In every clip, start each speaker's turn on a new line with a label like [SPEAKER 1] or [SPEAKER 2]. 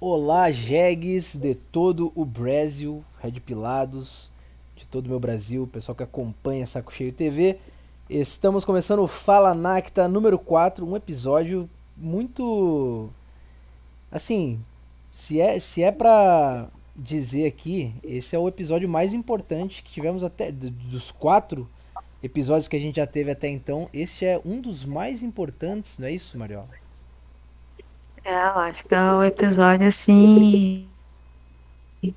[SPEAKER 1] Olá, jegues de todo o Brasil, Red Pilados, de todo o meu Brasil, pessoal que acompanha Saco Cheio TV. Estamos começando o Fala Nacta número 4, um episódio muito. Assim, se é, se é pra dizer aqui, esse é o episódio mais importante que tivemos até. d- Dos quatro episódios que a gente já teve até então, esse é um dos mais importantes, não é isso, Mariola?
[SPEAKER 2] É, eu acho que é o episódio assim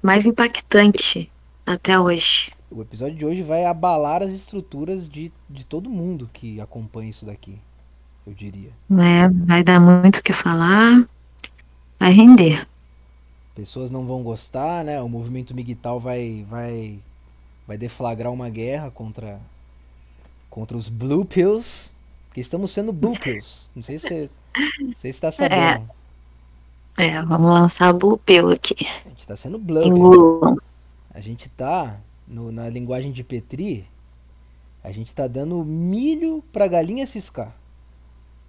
[SPEAKER 2] mais impactante até hoje.
[SPEAKER 1] O episódio de hoje vai abalar as estruturas de, de todo mundo que acompanha isso daqui, eu diria.
[SPEAKER 2] É, vai dar muito o que falar, vai render.
[SPEAKER 1] Pessoas não vão gostar, né? O movimento migtal vai vai vai deflagrar uma guerra contra contra os Blue Pills, porque estamos sendo Blue Pills. Não sei se você se você está sabendo.
[SPEAKER 2] É, vamos lançar a Bupeu aqui.
[SPEAKER 1] A gente está sendo Blue Pills.
[SPEAKER 2] Engulam.
[SPEAKER 1] A gente tá no- na linguagem de Petri, a gente tá dando milho pra galinha ciscar.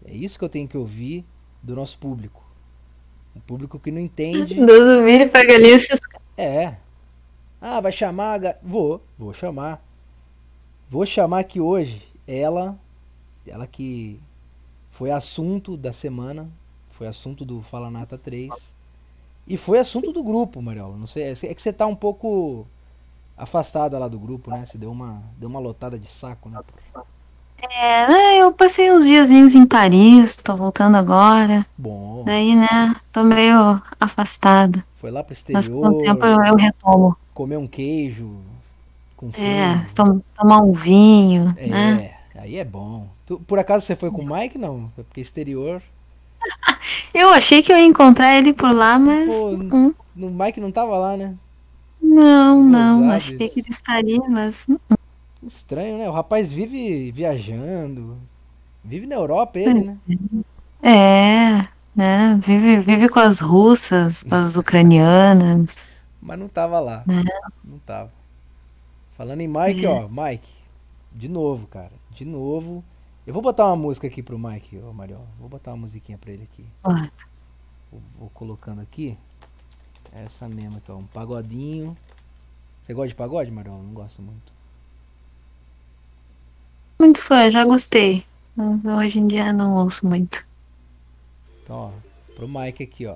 [SPEAKER 1] É isso que eu tenho que ouvir do nosso público. Um público que não entende.
[SPEAKER 2] Dando milho pra galinha se
[SPEAKER 1] É. Ah, vai chamar a ga... Vou, vou chamar. Vou chamar aqui hoje ela, ela que foi assunto da semana, foi assunto do Fala Nata 3 e foi assunto do grupo, Mariel. Não sei, é que você tá um pouco afastada lá do grupo, né? Você deu uma, deu uma lotada de saco, né?
[SPEAKER 2] É, né, eu passei uns diazinhos em Paris, tô voltando agora.
[SPEAKER 1] Bom,
[SPEAKER 2] Daí, né, tô meio afastada.
[SPEAKER 1] foi lá pro
[SPEAKER 2] Mas com o
[SPEAKER 1] exterior,
[SPEAKER 2] tempo eu, eu retomo.
[SPEAKER 1] comer um queijo com
[SPEAKER 2] É,
[SPEAKER 1] frango.
[SPEAKER 2] tom- tomar um vinho, né?
[SPEAKER 1] É, aí é bom. Tu- por acaso você foi com o Mike? Não, foi porque exterior.
[SPEAKER 2] Eu achei que eu ia encontrar ele por lá, mas
[SPEAKER 1] Pô,
[SPEAKER 2] hum,
[SPEAKER 1] O Mike não tava lá, né?
[SPEAKER 2] Não, não,
[SPEAKER 1] Ousadas.
[SPEAKER 2] achei que ele estaria, mas
[SPEAKER 1] Estranho, né? O rapaz vive viajando. Vive na Europa, ele, né?
[SPEAKER 2] é, né? Vive, vive com as russas, com as ucranianas.
[SPEAKER 1] Mas não tava lá. Não tava. Falando em Mike, ó, Mike. De novo, cara. De novo. Eu vou botar uma música aqui pro Mike, ó, Mariola. Vou botar uma musiquinha pra ele aqui.
[SPEAKER 2] Ó,
[SPEAKER 1] Vou, vou colocando aqui. Essa mesma aqui, ó. Um pagodinho. Você gosta de pagode, Mariola? Não gosto muito.
[SPEAKER 2] Muito fã, já gostei. Mas hoje em dia não ouço muito.
[SPEAKER 1] Então, ó. Pro Mike aqui, ó.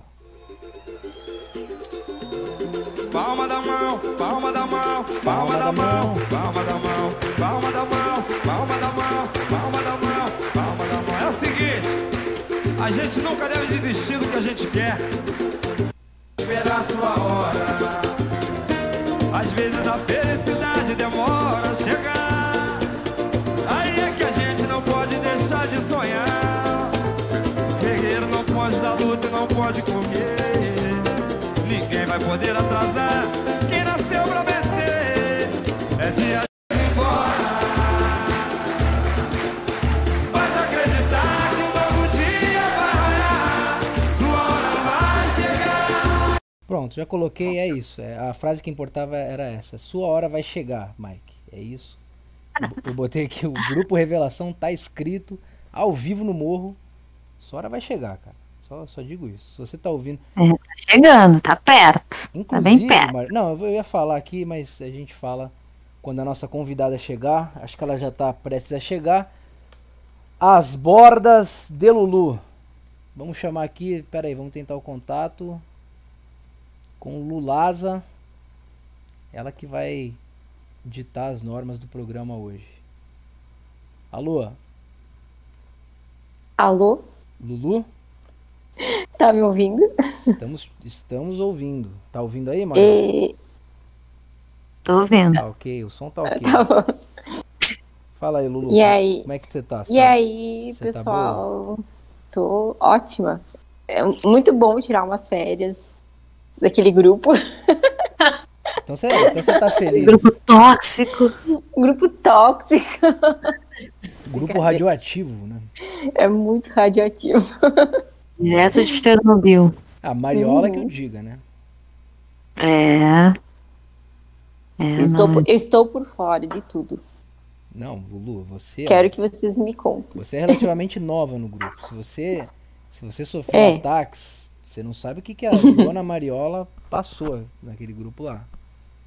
[SPEAKER 3] Palma da mão, palma da mão, palma da mão, palma da mão, palma da mão, palma da mão, palma da mão, palma da mão. É o seguinte, a gente nunca deve desistir do que a gente quer. Esperar sua hora. Às vezes a felicidade demora a chegar. Aí é que a gente não pode deixar de sonhar. Guerreiro não pode dar luta e não pode comer. Ninguém vai poder atrasar quem nasceu pra vencer. É dia de ir embora. Basta acreditar que um novo dia vai raiar. Sua hora vai chegar.
[SPEAKER 1] Pronto, já coloquei, é isso. É, a frase que importava era essa. Sua hora vai chegar, Mike. É isso. Eu bo- Eu botei aqui o grupo Revelação tá escrito ao vivo no morro. Sua hora vai chegar, cara. Só, só digo isso. Se você tá ouvindo,
[SPEAKER 2] É, tá chegando, tá perto. Tá
[SPEAKER 1] inclusive,
[SPEAKER 2] bem perto.
[SPEAKER 1] Mar- não, eu vou- eu ia falar aqui, mas a gente fala quando a nossa convidada chegar. Acho que ela já tá prestes a chegar. As bordas de Lulu. Vamos chamar aqui, peraí, vamos tentar o contato com Lulaza. Ela que vai ditar as normas do programa hoje. Alô,
[SPEAKER 4] Alô,
[SPEAKER 1] Lulu?
[SPEAKER 4] tá me ouvindo?
[SPEAKER 1] Estamos, estamos ouvindo. Tá ouvindo aí, Maria?
[SPEAKER 4] E...
[SPEAKER 2] Tô vendo.
[SPEAKER 1] Tá ok, o som tá ok.
[SPEAKER 4] Tá bom.
[SPEAKER 1] Fala aí, Lulu.
[SPEAKER 4] E aí?
[SPEAKER 1] Como é que você tá? Você
[SPEAKER 4] E
[SPEAKER 1] tá-
[SPEAKER 4] aí,
[SPEAKER 1] Você tá
[SPEAKER 4] pessoal? Tô ótima. É muito bom tirar umas férias daquele grupo.
[SPEAKER 1] Então você, então você tá feliz.
[SPEAKER 2] Grupo tóxico.
[SPEAKER 4] Grupo tóxico,
[SPEAKER 1] Grupo radioativo, né?
[SPEAKER 4] é muito radioativo.
[SPEAKER 2] Direto de Chernobyl.
[SPEAKER 1] A Mariola
[SPEAKER 4] Uhum.
[SPEAKER 1] que eu diga, né?
[SPEAKER 2] É. É,
[SPEAKER 4] estou,
[SPEAKER 2] não,
[SPEAKER 4] por- eu estou por fora de tudo.
[SPEAKER 1] Não, Lulu, você,
[SPEAKER 4] Quero que vocês me contem.
[SPEAKER 1] você é relativamente nova no grupo. Se você, se você sofreu
[SPEAKER 4] É.
[SPEAKER 1] ataques, Você não sabe o que, que a dona Mariola passou naquele grupo lá.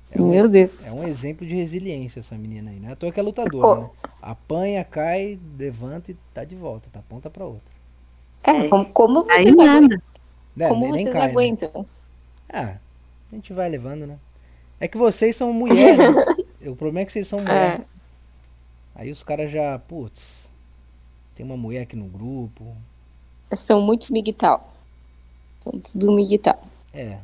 [SPEAKER 1] É um,
[SPEAKER 4] Meu Deus.
[SPEAKER 1] é um exemplo de resiliência essa menina aí, né? À toa que é lutadora, né? Apanha, cai, levanta e tá de volta, tá ponta pra outra.
[SPEAKER 4] É, como, como vocês,
[SPEAKER 5] Aí
[SPEAKER 4] aguentam,
[SPEAKER 5] nada.
[SPEAKER 1] Né?
[SPEAKER 4] como
[SPEAKER 1] nem, nem
[SPEAKER 4] vocês
[SPEAKER 1] cai, né?
[SPEAKER 4] aguentam?
[SPEAKER 1] Ah, a gente vai levando, né? É que vocês são mulheres. né? O problema é que vocês são mulheres.
[SPEAKER 4] É.
[SPEAKER 1] Aí os caras já, putz, tem uma mulher aqui no grupo.
[SPEAKER 4] É, São muito miguital. São tudo miguital.
[SPEAKER 1] É.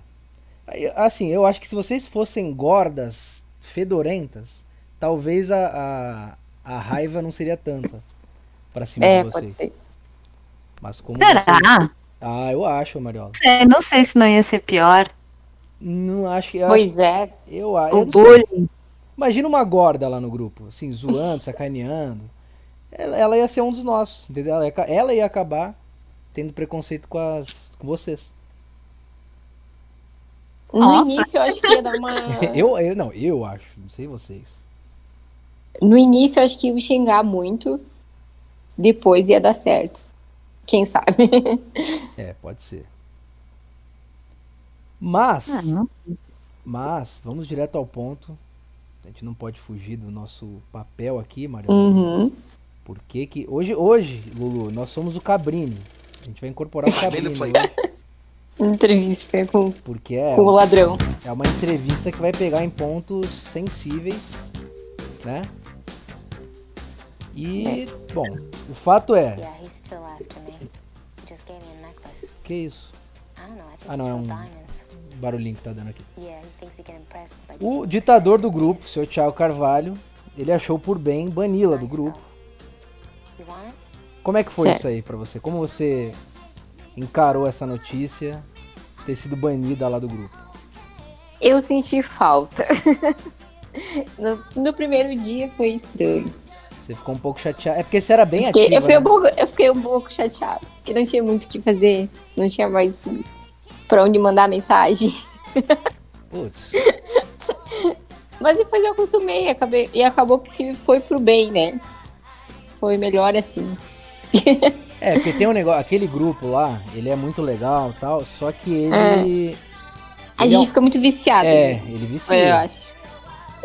[SPEAKER 1] Aí, Assim, eu acho que se vocês fossem gordas, fedorentas, talvez a, a, a raiva não seria tanta pra cima
[SPEAKER 4] É,
[SPEAKER 1] de
[SPEAKER 4] pode
[SPEAKER 1] vocês.
[SPEAKER 4] ser.
[SPEAKER 1] Mas como vocês...
[SPEAKER 5] Será? Não
[SPEAKER 1] Ah, eu acho, Mariola.
[SPEAKER 5] sei, não sei se não ia ser pior.
[SPEAKER 1] Não acho que... Eu, acho,
[SPEAKER 4] Pois é.
[SPEAKER 1] eu, a- eu
[SPEAKER 5] O
[SPEAKER 1] não sei.
[SPEAKER 5] bullying.
[SPEAKER 1] Imagina uma gorda lá no grupo, assim, zoando, sacaneando. Ela, ela ia ser um dos nossos, entendeu? Ela ia, ca- ela ia acabar tendo preconceito com, as, com vocês.
[SPEAKER 4] No
[SPEAKER 5] Nossa.
[SPEAKER 4] início eu acho que ia dar uma.
[SPEAKER 1] Eu, eu, não, eu acho, não sei vocês.
[SPEAKER 4] No início eu acho que ia xingar muito. Depois ia dar certo. Quem sabe?
[SPEAKER 1] É, pode ser. Mas,
[SPEAKER 5] Ah, não.
[SPEAKER 1] mas, vamos direto ao ponto. A gente não pode fugir do nosso papel aqui, Mariana.
[SPEAKER 4] Uhum.
[SPEAKER 5] Hum.
[SPEAKER 1] Porque que hoje, hoje, Lulu, nós somos o Cabrini. A gente vai incorporar o Cabrini hoje,
[SPEAKER 4] Entrevista com,
[SPEAKER 1] porque é
[SPEAKER 4] com o ladrão.
[SPEAKER 1] É uma entrevista que vai pegar em pontos sensíveis, né?
[SPEAKER 5] É.
[SPEAKER 1] E, bom, o fato é.
[SPEAKER 6] Yeah, he's still after me. He just gave me a necklace.
[SPEAKER 1] Que isso?
[SPEAKER 6] I don't know, I think
[SPEAKER 1] Ah,
[SPEAKER 6] it's
[SPEAKER 1] não, é
[SPEAKER 6] real
[SPEAKER 1] um-
[SPEAKER 6] diamonds.
[SPEAKER 1] O barulhinho que tá dando aqui.
[SPEAKER 6] Yeah, he thinks he can impress me by
[SPEAKER 1] O
[SPEAKER 6] giving me
[SPEAKER 1] ditador do
[SPEAKER 6] expensive
[SPEAKER 1] grupo,
[SPEAKER 6] gifts.
[SPEAKER 1] seu Thiago Carvalho, ele achou por bem bani-la do
[SPEAKER 6] Nice
[SPEAKER 1] grupo.
[SPEAKER 6] stuff. You want it?
[SPEAKER 1] Como é que foi
[SPEAKER 4] Certo.
[SPEAKER 1] isso aí pra você? Como você encarou essa notícia de ter sido banida lá do grupo?
[SPEAKER 4] Eu senti falta. No, no primeiro dia foi estranho.
[SPEAKER 1] Você ficou um pouco chateado. É porque você era bem
[SPEAKER 4] Fiquei-
[SPEAKER 1] ativa,
[SPEAKER 4] eu, fiquei um
[SPEAKER 1] né?
[SPEAKER 4] pouco, eu fiquei um pouco chateada. Porque não tinha muito o que fazer. Não tinha mais pra onde mandar mensagem.
[SPEAKER 1] Putz.
[SPEAKER 4] Mas depois eu acostumei acabei, e acabou que se foi pro bem, né? Foi melhor assim.
[SPEAKER 1] É, porque tem um negócio, aquele grupo lá, ele é muito legal e tal, só que ele.
[SPEAKER 4] A
[SPEAKER 1] Ele é
[SPEAKER 4] gente
[SPEAKER 1] um-
[SPEAKER 4] fica muito viciado.
[SPEAKER 1] É,
[SPEAKER 4] né?
[SPEAKER 1] ele
[SPEAKER 4] Eu
[SPEAKER 1] vicia.
[SPEAKER 4] acho.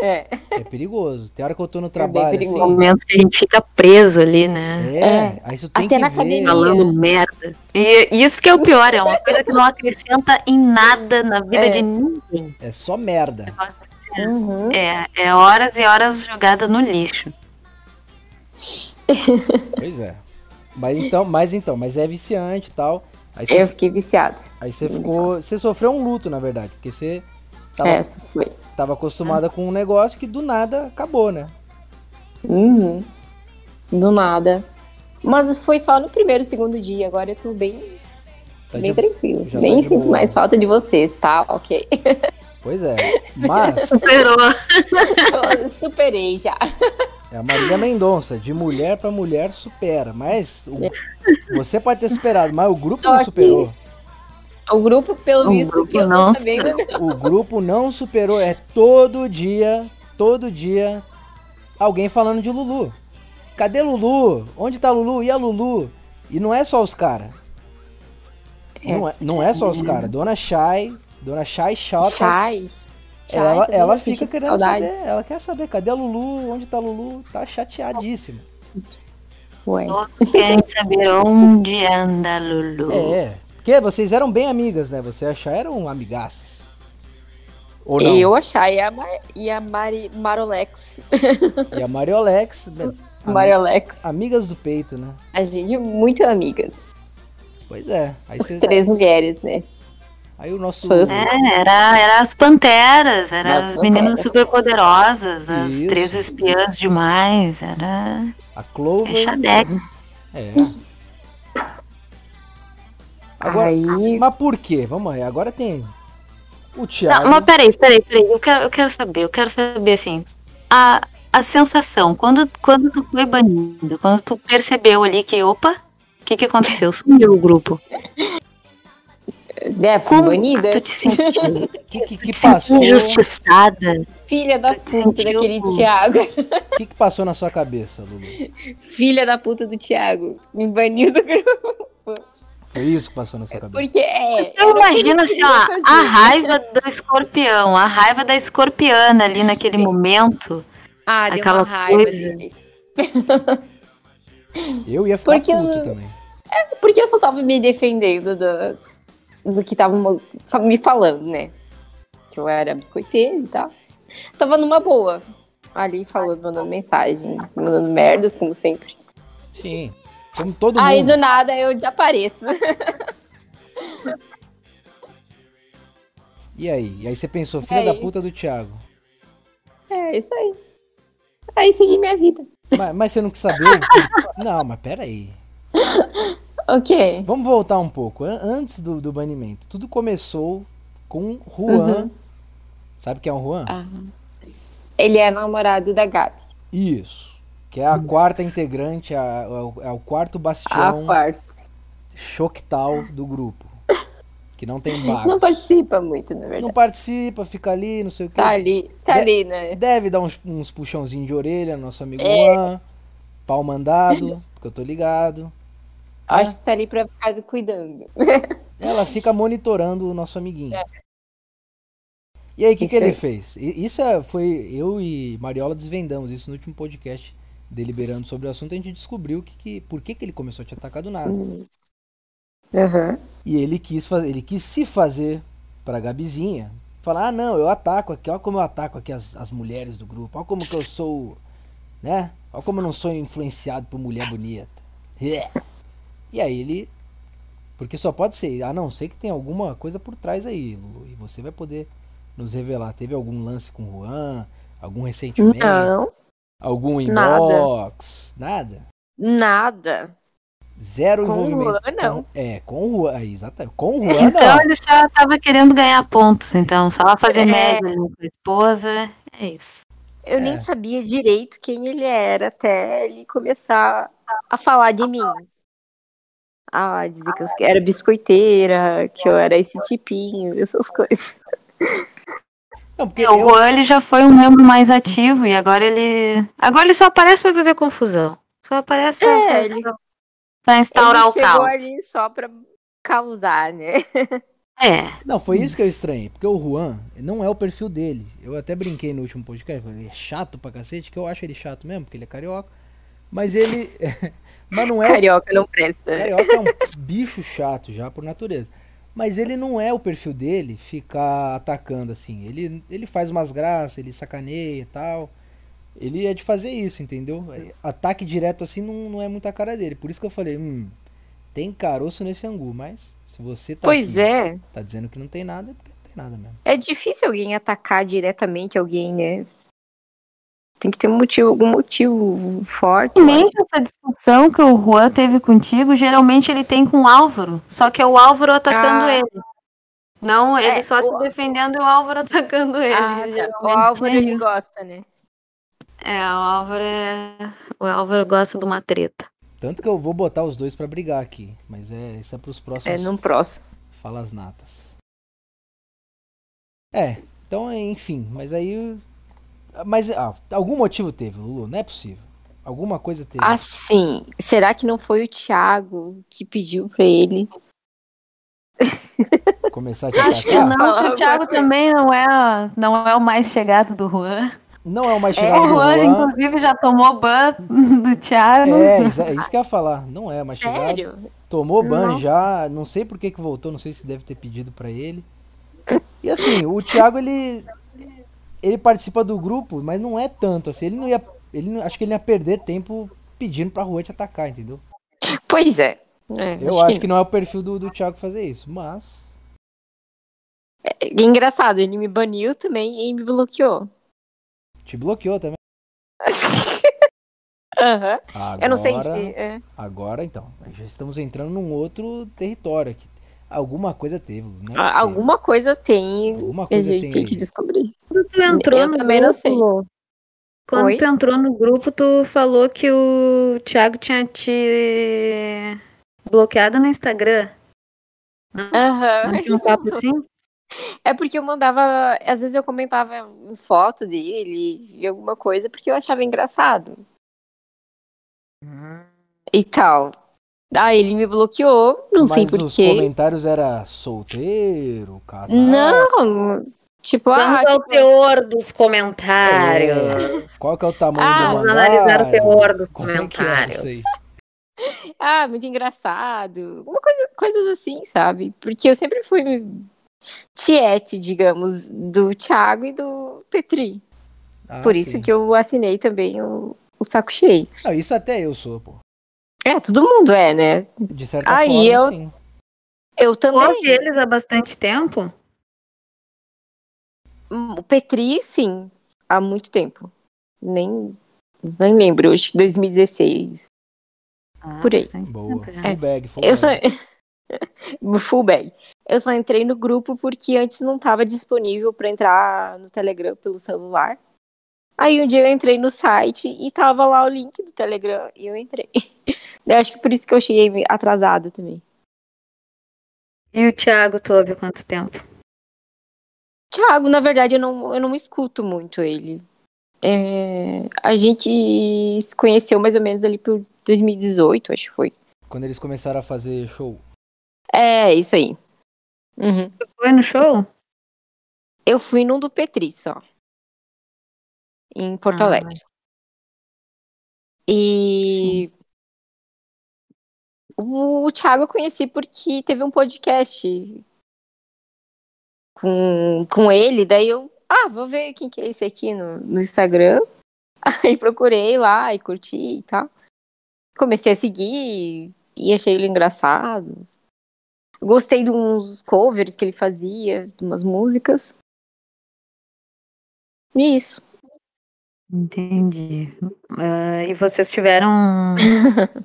[SPEAKER 4] É.
[SPEAKER 1] É perigoso. Tem hora que eu tô no trabalho, assim,
[SPEAKER 4] perigoso.
[SPEAKER 5] Momentos que a gente fica preso ali, né?
[SPEAKER 1] é,
[SPEAKER 4] É.
[SPEAKER 1] aí isso tem
[SPEAKER 4] Até
[SPEAKER 1] que
[SPEAKER 4] na
[SPEAKER 1] ver.
[SPEAKER 4] academia.
[SPEAKER 5] Falando merda. É. E isso que é o pior, é uma coisa que não acrescenta em nada na vida
[SPEAKER 4] É.
[SPEAKER 5] de ninguém.
[SPEAKER 1] É só merda.
[SPEAKER 4] Uhum.
[SPEAKER 5] É, é horas e horas jogada no lixo.
[SPEAKER 1] Pois é. Mas então, mas então, mas é viciante e tal. Aí você,
[SPEAKER 4] Eu fiquei viciado.
[SPEAKER 1] aí você ficou. Você sofreu um luto, na verdade, porque você tava,
[SPEAKER 4] É, isso foi.
[SPEAKER 1] tava acostumada com um negócio que do nada acabou, né?
[SPEAKER 4] Uhum. Do nada. Mas foi só no primeiro, segundo dia. Agora eu tô bem,
[SPEAKER 1] Tá
[SPEAKER 4] bem
[SPEAKER 1] de-
[SPEAKER 4] tranquilo.
[SPEAKER 1] já tá
[SPEAKER 4] Nem
[SPEAKER 1] de
[SPEAKER 4] sinto
[SPEAKER 1] boa.
[SPEAKER 4] mais falta de vocês, tá? Ok.
[SPEAKER 1] Pois é. Mas
[SPEAKER 5] Superou.
[SPEAKER 4] Eu superei já.
[SPEAKER 1] é a Marília Mendonça, de mulher pra mulher supera. Mas o- você pode ter superado, mas o grupo
[SPEAKER 4] É. Tô
[SPEAKER 1] não
[SPEAKER 4] aqui.
[SPEAKER 1] superou.
[SPEAKER 4] O grupo, pelo
[SPEAKER 5] O
[SPEAKER 4] visto,
[SPEAKER 5] grupo
[SPEAKER 4] que eu
[SPEAKER 5] não
[SPEAKER 4] também
[SPEAKER 5] superou.
[SPEAKER 1] O grupo não superou. É todo dia, todo dia, alguém falando de Lulu. Cadê Lulu? Onde tá Lulu? E a Lulu? E não é só os caras.
[SPEAKER 4] É.
[SPEAKER 1] Não, é, não é só os caras. Dona Shai, Dona Shai Shotas.
[SPEAKER 4] Chai. Chai,
[SPEAKER 1] Ela,
[SPEAKER 4] também
[SPEAKER 1] ela
[SPEAKER 4] eu senti
[SPEAKER 1] fica querendo
[SPEAKER 4] saudades.
[SPEAKER 1] saber. Ela quer saber. Cadê a Lulu? Onde tá a Lulu? Tá chateadíssima.
[SPEAKER 4] Ué.
[SPEAKER 5] Todos querem saber onde anda Lulu.
[SPEAKER 1] É. Porque vocês eram bem amigas, né? Você e a Shai eram amigaças. Ou não?
[SPEAKER 4] Eu, a Chay e a, Ma e a Mari Marolex.
[SPEAKER 1] E a Mariolex. bem,
[SPEAKER 4] Mariolex.
[SPEAKER 1] Amigas do peito, né?
[SPEAKER 4] A gente é muito amigas.
[SPEAKER 1] Pois é. Aí,
[SPEAKER 4] As
[SPEAKER 1] cê-
[SPEAKER 4] três mulheres, né?
[SPEAKER 1] aí o nosso.
[SPEAKER 4] Fãs.
[SPEAKER 5] É, era, era as panteras, era
[SPEAKER 4] As
[SPEAKER 5] as meninas
[SPEAKER 4] panteras.
[SPEAKER 5] super poderosas, as
[SPEAKER 1] Isso.
[SPEAKER 5] três espiãs demais, era
[SPEAKER 1] A Clover.
[SPEAKER 5] Xadec.
[SPEAKER 1] É. Agora,
[SPEAKER 4] Aí.
[SPEAKER 1] mas por quê? Vamos aí. Agora tem o Thiago.
[SPEAKER 5] Não, mas peraí, peraí, peraí, eu quero, eu quero saber, eu quero saber assim, a, a sensação, quando, quando tu foi banido, quando tu percebeu ali que, opa, o que que aconteceu? Sumiu o grupo.
[SPEAKER 4] É, fui
[SPEAKER 5] Como
[SPEAKER 4] banida.
[SPEAKER 5] tu te sentiu?
[SPEAKER 1] O que, que, que
[SPEAKER 5] Tu te sentiu
[SPEAKER 1] passou?
[SPEAKER 5] injustiçada?
[SPEAKER 4] Filha da
[SPEAKER 5] Tu
[SPEAKER 4] puta
[SPEAKER 5] te sentiu-
[SPEAKER 4] daquele Thiago.
[SPEAKER 1] O que, que passou na sua cabeça, Lulu?
[SPEAKER 4] Filha da puta do Thiago. Me baniu do grupo.
[SPEAKER 1] Foi isso que passou na sua cabeça.
[SPEAKER 4] Porque
[SPEAKER 2] Eu
[SPEAKER 4] é. era o que ele
[SPEAKER 2] imagino assim,
[SPEAKER 4] queria
[SPEAKER 2] ó,
[SPEAKER 4] fazer.
[SPEAKER 2] a raiva do escorpião, a raiva da escorpiana ali naquele momento.
[SPEAKER 4] Ah, deu
[SPEAKER 2] aquela
[SPEAKER 4] uma raiva.
[SPEAKER 2] coisa.
[SPEAKER 4] assim.
[SPEAKER 1] Eu ia ficar
[SPEAKER 4] Porque
[SPEAKER 1] puto
[SPEAKER 4] eu-
[SPEAKER 1] também.
[SPEAKER 4] Porque eu só tava me defendendo do, do que tava mo- fa- me falando, né? Que eu era biscoiteira e tal. Tava numa boa. Ali falando, mandando mensagem, mandando merdas, como sempre.
[SPEAKER 1] Sim. Como todo
[SPEAKER 4] Aí
[SPEAKER 1] mundo.
[SPEAKER 4] do nada eu desapareço.
[SPEAKER 1] E aí? E aí você pensou, filha
[SPEAKER 4] E
[SPEAKER 1] da
[SPEAKER 4] aí?
[SPEAKER 1] puta do Thiago.
[SPEAKER 4] É isso aí. Aí segui minha vida.
[SPEAKER 1] Mas, mas você não quis saber? o que- Não, mas peraí.
[SPEAKER 4] Ok.
[SPEAKER 1] Vamos voltar um pouco. An- Antes do, do banimento, tudo começou com Juan.
[SPEAKER 4] Uhum.
[SPEAKER 1] Sabe quem é o Juan?
[SPEAKER 4] Ah. Ele é namorado da Gabi.
[SPEAKER 1] Isso. Que é a
[SPEAKER 4] Isso.
[SPEAKER 1] quarta integrante, a- a- é o quarto
[SPEAKER 4] A
[SPEAKER 1] bastião
[SPEAKER 4] quarta.
[SPEAKER 1] choctal do grupo. Que não tem
[SPEAKER 4] Não
[SPEAKER 1] bagos.
[SPEAKER 4] participa muito, na
[SPEAKER 1] Não
[SPEAKER 4] verdade.
[SPEAKER 1] participa, fica ali, não sei o quê.
[SPEAKER 4] Tá ali, tá
[SPEAKER 1] De-
[SPEAKER 4] ali, né?
[SPEAKER 1] Deve dar uns, uns puxãozinhos de orelha, no nosso amigo
[SPEAKER 4] É.
[SPEAKER 1] Juan. Pau mandado, porque eu tô ligado.
[SPEAKER 4] Acho que tá ali pra ficar cuidando.
[SPEAKER 1] Ela fica monitorando o nosso amiguinho. E aí, o que,
[SPEAKER 4] Isso
[SPEAKER 1] que ele
[SPEAKER 4] aí.
[SPEAKER 1] fez? I- Isso é- foi. Eu e Mariola desvendamos isso no último podcast, deliberando sobre o assunto. A gente descobriu que, que, por que, que ele começou a te atacar do nada.
[SPEAKER 4] Uhum. Aham.
[SPEAKER 1] E ele quis, faz- ele quis se fazer pra Gabizinha. Falar: ah, não, eu ataco aqui, ó como eu ataco aqui as, as mulheres do grupo, ó como que eu sou. Né? Ó como eu não sou influenciado por mulher bonita. É. E aí ele. Porque só pode ser, a não ser que tem alguma coisa por trás aí, Lulu. E você vai poder nos revelar. Teve algum lance com o Juan? Algum ressentimento?
[SPEAKER 4] Não,
[SPEAKER 1] algum
[SPEAKER 4] nada.
[SPEAKER 1] inbox? Nada?
[SPEAKER 4] nada.
[SPEAKER 1] Zero
[SPEAKER 4] Com o
[SPEAKER 1] envolvimento.
[SPEAKER 4] Juan, não.
[SPEAKER 1] Com- é, com o Juan. aí, Exatamente. Com o Juan, É, não.
[SPEAKER 2] Então ele só tava querendo ganhar pontos, então, só fazer
[SPEAKER 4] É.
[SPEAKER 2] média ali com a esposa. É isso.
[SPEAKER 4] Eu
[SPEAKER 1] É.
[SPEAKER 4] nem sabia direito quem ele era até ele começar a falar de mim. A dizer que eu era biscoiteira, que eu era esse tipinho, essas coisas.
[SPEAKER 1] Não, porque
[SPEAKER 2] É, O
[SPEAKER 1] eu,
[SPEAKER 2] Juan ele já foi um membro mais ativo e agora ele. Agora ele só aparece pra fazer confusão. Só aparece pra,
[SPEAKER 4] É,
[SPEAKER 2] fazer-
[SPEAKER 4] ele-
[SPEAKER 2] pra instaurar o
[SPEAKER 4] ele chegou
[SPEAKER 2] caos.
[SPEAKER 4] ali só pra causar, né?
[SPEAKER 2] É,
[SPEAKER 1] não, foi isso que eu estranhei. Porque o Juan não é o perfil dele. Eu até brinquei no último podcast. falei, Ele é chato pra cacete, que eu acho ele chato mesmo, porque ele é carioca. Mas ele. mas não é. o-
[SPEAKER 4] Carioca não presta.
[SPEAKER 1] Carioca é um bicho chato já por natureza. Mas ele não é o perfil dele ficar atacando assim. Ele, ele faz umas graças, ele sacaneia e tal. Ele é de fazer isso, entendeu? É, Ataque direto assim não, não é muito a cara dele. Por isso que eu falei, hum, tem caroço nesse angu, mas se você tá
[SPEAKER 4] Pois
[SPEAKER 1] aqui-
[SPEAKER 4] é.
[SPEAKER 1] Tá dizendo que não tem nada, é porque não tem nada mesmo.
[SPEAKER 4] É difícil alguém atacar diretamente alguém, né? Tem que ter um motivo, algum motivo forte. eu
[SPEAKER 2] nem essa discussão que o Juan teve contigo, geralmente ele tem com o Álvaro. Só que é o Álvaro atacando
[SPEAKER 4] Ah.
[SPEAKER 2] ele. Não, ele
[SPEAKER 4] É,
[SPEAKER 2] só se
[SPEAKER 4] o-
[SPEAKER 2] defendendo e o Álvaro atacando ele.
[SPEAKER 4] Ah, tá. o
[SPEAKER 2] geralmente
[SPEAKER 4] Álvaro
[SPEAKER 2] é
[SPEAKER 4] ele
[SPEAKER 2] isso.
[SPEAKER 4] gosta, né?
[SPEAKER 2] É, o Álvaro é. O Álvaro gosta de uma treta.
[SPEAKER 1] Tanto que eu vou botar os dois pra brigar aqui. Mas é isso é pros
[SPEAKER 4] É,
[SPEAKER 1] próximos
[SPEAKER 4] num próximo.
[SPEAKER 1] falas natas. É, então enfim, mas aí. Mas ah, algum motivo teve, Lulu, não é possível. Alguma coisa teve.
[SPEAKER 4] Assim, será que não foi o Thiago que pediu pra ele?
[SPEAKER 1] Começar a te
[SPEAKER 2] Acho que
[SPEAKER 1] atacar?
[SPEAKER 2] não,
[SPEAKER 4] Fala
[SPEAKER 2] porque o
[SPEAKER 4] alguma
[SPEAKER 2] Thiago
[SPEAKER 4] coisa.
[SPEAKER 2] também não é, não é o mais chegado do Juan.
[SPEAKER 1] Não. é o mais
[SPEAKER 2] o
[SPEAKER 1] chegado do
[SPEAKER 2] Juan,
[SPEAKER 1] Juan.
[SPEAKER 2] inclusive, já tomou ban do Thiago.
[SPEAKER 1] É, exa- é isso que eu ia falar. Não é mais chegado.
[SPEAKER 4] Sério?
[SPEAKER 1] Tomou ban
[SPEAKER 2] Nossa.
[SPEAKER 1] já, não sei por que que voltou, não sei se deve ter pedido pra ele. E assim, o Thiago ele ele participa do grupo, mas não é tanto assim, ele não ia ele não- acho que ele ia perder tempo pedindo pra rua te atacar, entendeu?
[SPEAKER 4] Pois é. É,
[SPEAKER 1] Eu acho, que, não é o perfil do, do Thiago fazer isso, mas
[SPEAKER 4] não. é Engraçado, ele me baniu também e me bloqueou.
[SPEAKER 1] te bloqueou também.
[SPEAKER 4] Aham.
[SPEAKER 1] Agora,
[SPEAKER 4] Eu não sei se. é.
[SPEAKER 1] Agora então, já estamos entrando num outro território aqui. Alguma coisa teve, não é
[SPEAKER 4] Ah,
[SPEAKER 1] possível.
[SPEAKER 4] Alguma coisa tem.
[SPEAKER 1] Alguma
[SPEAKER 4] A
[SPEAKER 1] coisa
[SPEAKER 4] gente tem,
[SPEAKER 1] tem.
[SPEAKER 4] que
[SPEAKER 1] aí.
[SPEAKER 4] descobrir.
[SPEAKER 2] Quando tu entrou
[SPEAKER 4] Eu
[SPEAKER 2] no
[SPEAKER 4] também
[SPEAKER 2] grupo,
[SPEAKER 4] não sei.
[SPEAKER 2] Quando
[SPEAKER 4] Oi?
[SPEAKER 2] tu entrou no grupo, tu falou que o Thiago tinha te bloqueado no Instagram.
[SPEAKER 4] Aham.
[SPEAKER 2] Não tinha um papo assim?
[SPEAKER 4] É porque eu mandava. Às vezes eu comentava em foto dele e alguma
[SPEAKER 1] Hum.
[SPEAKER 4] coisa porque eu achava engraçado e tal. Ah, ele me bloqueou, não sei
[SPEAKER 1] Mas os
[SPEAKER 4] porquê.
[SPEAKER 1] comentários era solteiro, casado.
[SPEAKER 4] Não, tipo, ah,
[SPEAKER 2] Vamos ao teor dos comentários.
[SPEAKER 1] Qual que é o tamanho
[SPEAKER 4] Ah,
[SPEAKER 1] do
[SPEAKER 2] vamos
[SPEAKER 1] manuário?
[SPEAKER 2] analisar o teor do
[SPEAKER 1] Como é que era isso aí?
[SPEAKER 4] ah, muito engraçado. Uma coisa, coisas assim, sabe? Porque eu sempre fui um tiete, digamos, do Thiago e do Petri.
[SPEAKER 1] Ah,
[SPEAKER 4] Por isso
[SPEAKER 1] sim.
[SPEAKER 4] que eu assinei também o, o saco cheio.
[SPEAKER 1] Ah, isso até eu sou, pô.
[SPEAKER 4] É, todo mundo é, né?
[SPEAKER 1] De certa
[SPEAKER 4] Aí
[SPEAKER 1] forma,
[SPEAKER 4] eu-
[SPEAKER 1] sim.
[SPEAKER 4] Eu também.
[SPEAKER 2] Ouve eles há bastante tempo?
[SPEAKER 4] O Petri, sim, há muito tempo. Nem, nem lembro, acho que 2016.
[SPEAKER 2] Ah,
[SPEAKER 4] Por aí.
[SPEAKER 2] bastante
[SPEAKER 1] Boa.
[SPEAKER 2] tempo já.
[SPEAKER 1] Full bag, full
[SPEAKER 4] É, Eu
[SPEAKER 1] bag.
[SPEAKER 4] só. Full bag. Eu só entrei no grupo porque antes não estava disponível para entrar no Telegram pelo celular. Aí um dia eu entrei no site e tava lá o link do Telegram e eu entrei. Eu acho que por isso que eu cheguei meio atrasada também.
[SPEAKER 2] E o Thiago, tu ouve há quanto tempo?
[SPEAKER 4] Thiago, na verdade, eu não, eu não escuto muito ele. É, a gente se conheceu mais ou menos ali por 2018, acho que foi.
[SPEAKER 1] Quando eles começaram a fazer show.
[SPEAKER 4] É, isso aí. Uhum.
[SPEAKER 2] Tu foi no show?
[SPEAKER 4] Eu fui num do Petri só. Em Porto
[SPEAKER 2] Ah.
[SPEAKER 4] Alegre. E o Thiago eu conheci porque teve um podcast com, com ele, daí eu, ah, vou ver quem que é esse aqui no, no Instagram. Aí procurei lá e curti e tal. Comecei a seguir e achei ele engraçado. Gostei de uns covers que ele fazia, de umas músicas. E isso.
[SPEAKER 2] Entendi. Ah, e vocês tiveram.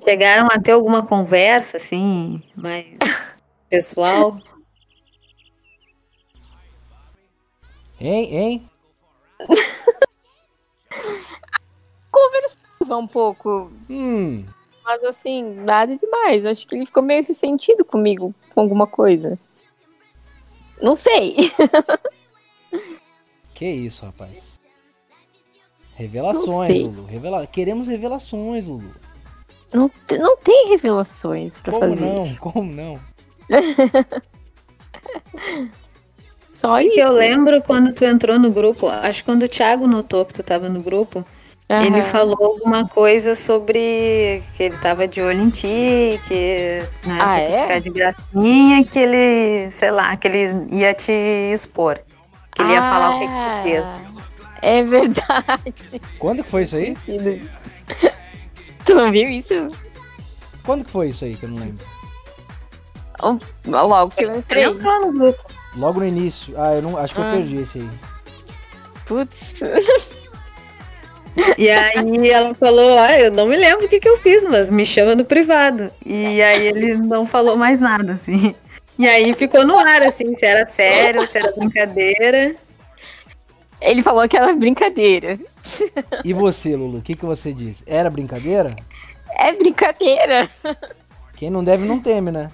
[SPEAKER 2] Chegaram a ter alguma conversa, assim, mais pessoal?
[SPEAKER 1] Hein, hein?
[SPEAKER 4] Conversava um pouco
[SPEAKER 1] Hum.
[SPEAKER 4] Mas assim, nada demais. Eu acho que ele ficou meio ressentido comigo com alguma coisa. Não sei.
[SPEAKER 1] Que isso, rapaz.
[SPEAKER 4] Não
[SPEAKER 1] Revelações,
[SPEAKER 4] sei.
[SPEAKER 1] Lulu. Revela... Queremos revelações, Lulu.
[SPEAKER 4] Não, te- não tem revelações pra
[SPEAKER 1] Como
[SPEAKER 4] fazer.
[SPEAKER 1] não? Como não?
[SPEAKER 4] Só
[SPEAKER 2] Que
[SPEAKER 4] isso.
[SPEAKER 2] eu lembro quando tu entrou no grupo, acho que quando o Thiago notou que tu tava no grupo,
[SPEAKER 4] Aham.
[SPEAKER 2] ele falou alguma coisa sobre que ele tava de olho em ti, que não era
[SPEAKER 4] Ah,
[SPEAKER 2] pra tu
[SPEAKER 4] é?
[SPEAKER 2] ficar de gracinha, que ele, sei lá, que ele ia te expor. Que ele ia falar o que,
[SPEAKER 4] Ah,
[SPEAKER 2] que tu fez.
[SPEAKER 4] É verdade. né?
[SPEAKER 1] Quando que foi isso aí?
[SPEAKER 4] tu não viu isso?
[SPEAKER 1] Quando que foi isso aí que eu não lembro?
[SPEAKER 4] Logo que eu
[SPEAKER 2] Ele
[SPEAKER 4] entrei.
[SPEAKER 2] entrou no grupo.
[SPEAKER 1] Logo no início. Ah, eu não. Acho que eu
[SPEAKER 4] Ah.
[SPEAKER 1] perdi esse aí.
[SPEAKER 4] Putz.
[SPEAKER 2] E aí ela falou, ah, eu não me lembro o que, que eu fiz, mas me chama no privado. E aí ele não falou mais nada, assim. E aí ficou no ar, assim, se era sério, se era brincadeira.
[SPEAKER 4] Ele falou que era brincadeira.
[SPEAKER 1] E você, Lulu? O que, que você disse? Era brincadeira?
[SPEAKER 4] É brincadeira.
[SPEAKER 1] Quem não deve não teme, né?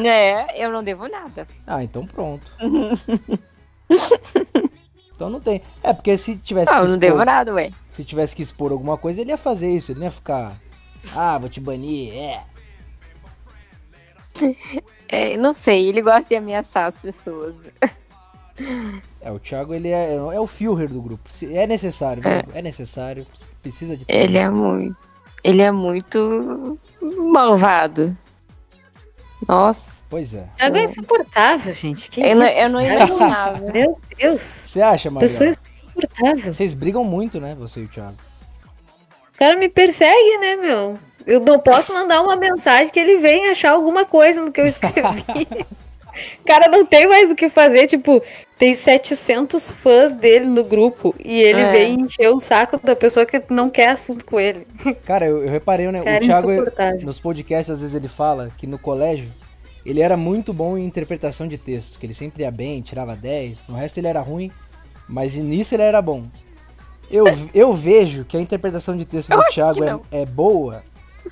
[SPEAKER 4] né? Eu não devo nada.
[SPEAKER 1] Ah, então pronto. então não tem. É, porque se tivesse
[SPEAKER 4] Ah,
[SPEAKER 1] que
[SPEAKER 4] eu não devo
[SPEAKER 1] expor,
[SPEAKER 4] nada, ué.
[SPEAKER 1] se tivesse que expor alguma coisa, ele ia fazer isso, ele não ia ficar. Ah, vou te banir, é.
[SPEAKER 4] É, não sei, ele gosta de ameaçar as pessoas.
[SPEAKER 1] É, o Thiago ele é, é o Führer do grupo. Se- É necessário, viu? é, necessário. Precisa de
[SPEAKER 4] Ele é
[SPEAKER 1] todos.
[SPEAKER 4] muito. Ele é muito malvado. Nossa,
[SPEAKER 1] Pois é.
[SPEAKER 2] Thiago é insuportável, gente. Que
[SPEAKER 4] eu, não-
[SPEAKER 2] isso?
[SPEAKER 4] eu não imaginava.
[SPEAKER 2] Meu Deus.
[SPEAKER 1] Você acha,
[SPEAKER 2] Pessoa
[SPEAKER 1] Maria?
[SPEAKER 2] insuportável.
[SPEAKER 1] Vocês brigam muito, né? Você e o Thiago.
[SPEAKER 2] O cara me persegue, né, meu? Eu não posso mandar uma mensagem que ele venha achar alguma coisa no que eu escrevi. o cara não tem mais o que fazer, tipo, tem 700 fãs dele no grupo e ele
[SPEAKER 4] É.
[SPEAKER 2] vem encher o saco da pessoa que não quer assunto com ele.
[SPEAKER 1] Cara, eu, eu reparei, né?
[SPEAKER 2] Cara
[SPEAKER 1] o Thiago,
[SPEAKER 2] insuportável.
[SPEAKER 1] nos podcasts, às vezes ele fala que no colégio ele era muito bom em interpretação de texto, que ele sempre ia bem, tirava 10. No resto ele era ruim, mas nisso ele era bom. Eu, eu vejo que a interpretação de texto
[SPEAKER 4] Eu
[SPEAKER 1] do
[SPEAKER 4] acho
[SPEAKER 1] Thiago
[SPEAKER 4] que
[SPEAKER 1] é,
[SPEAKER 4] não.
[SPEAKER 1] é boa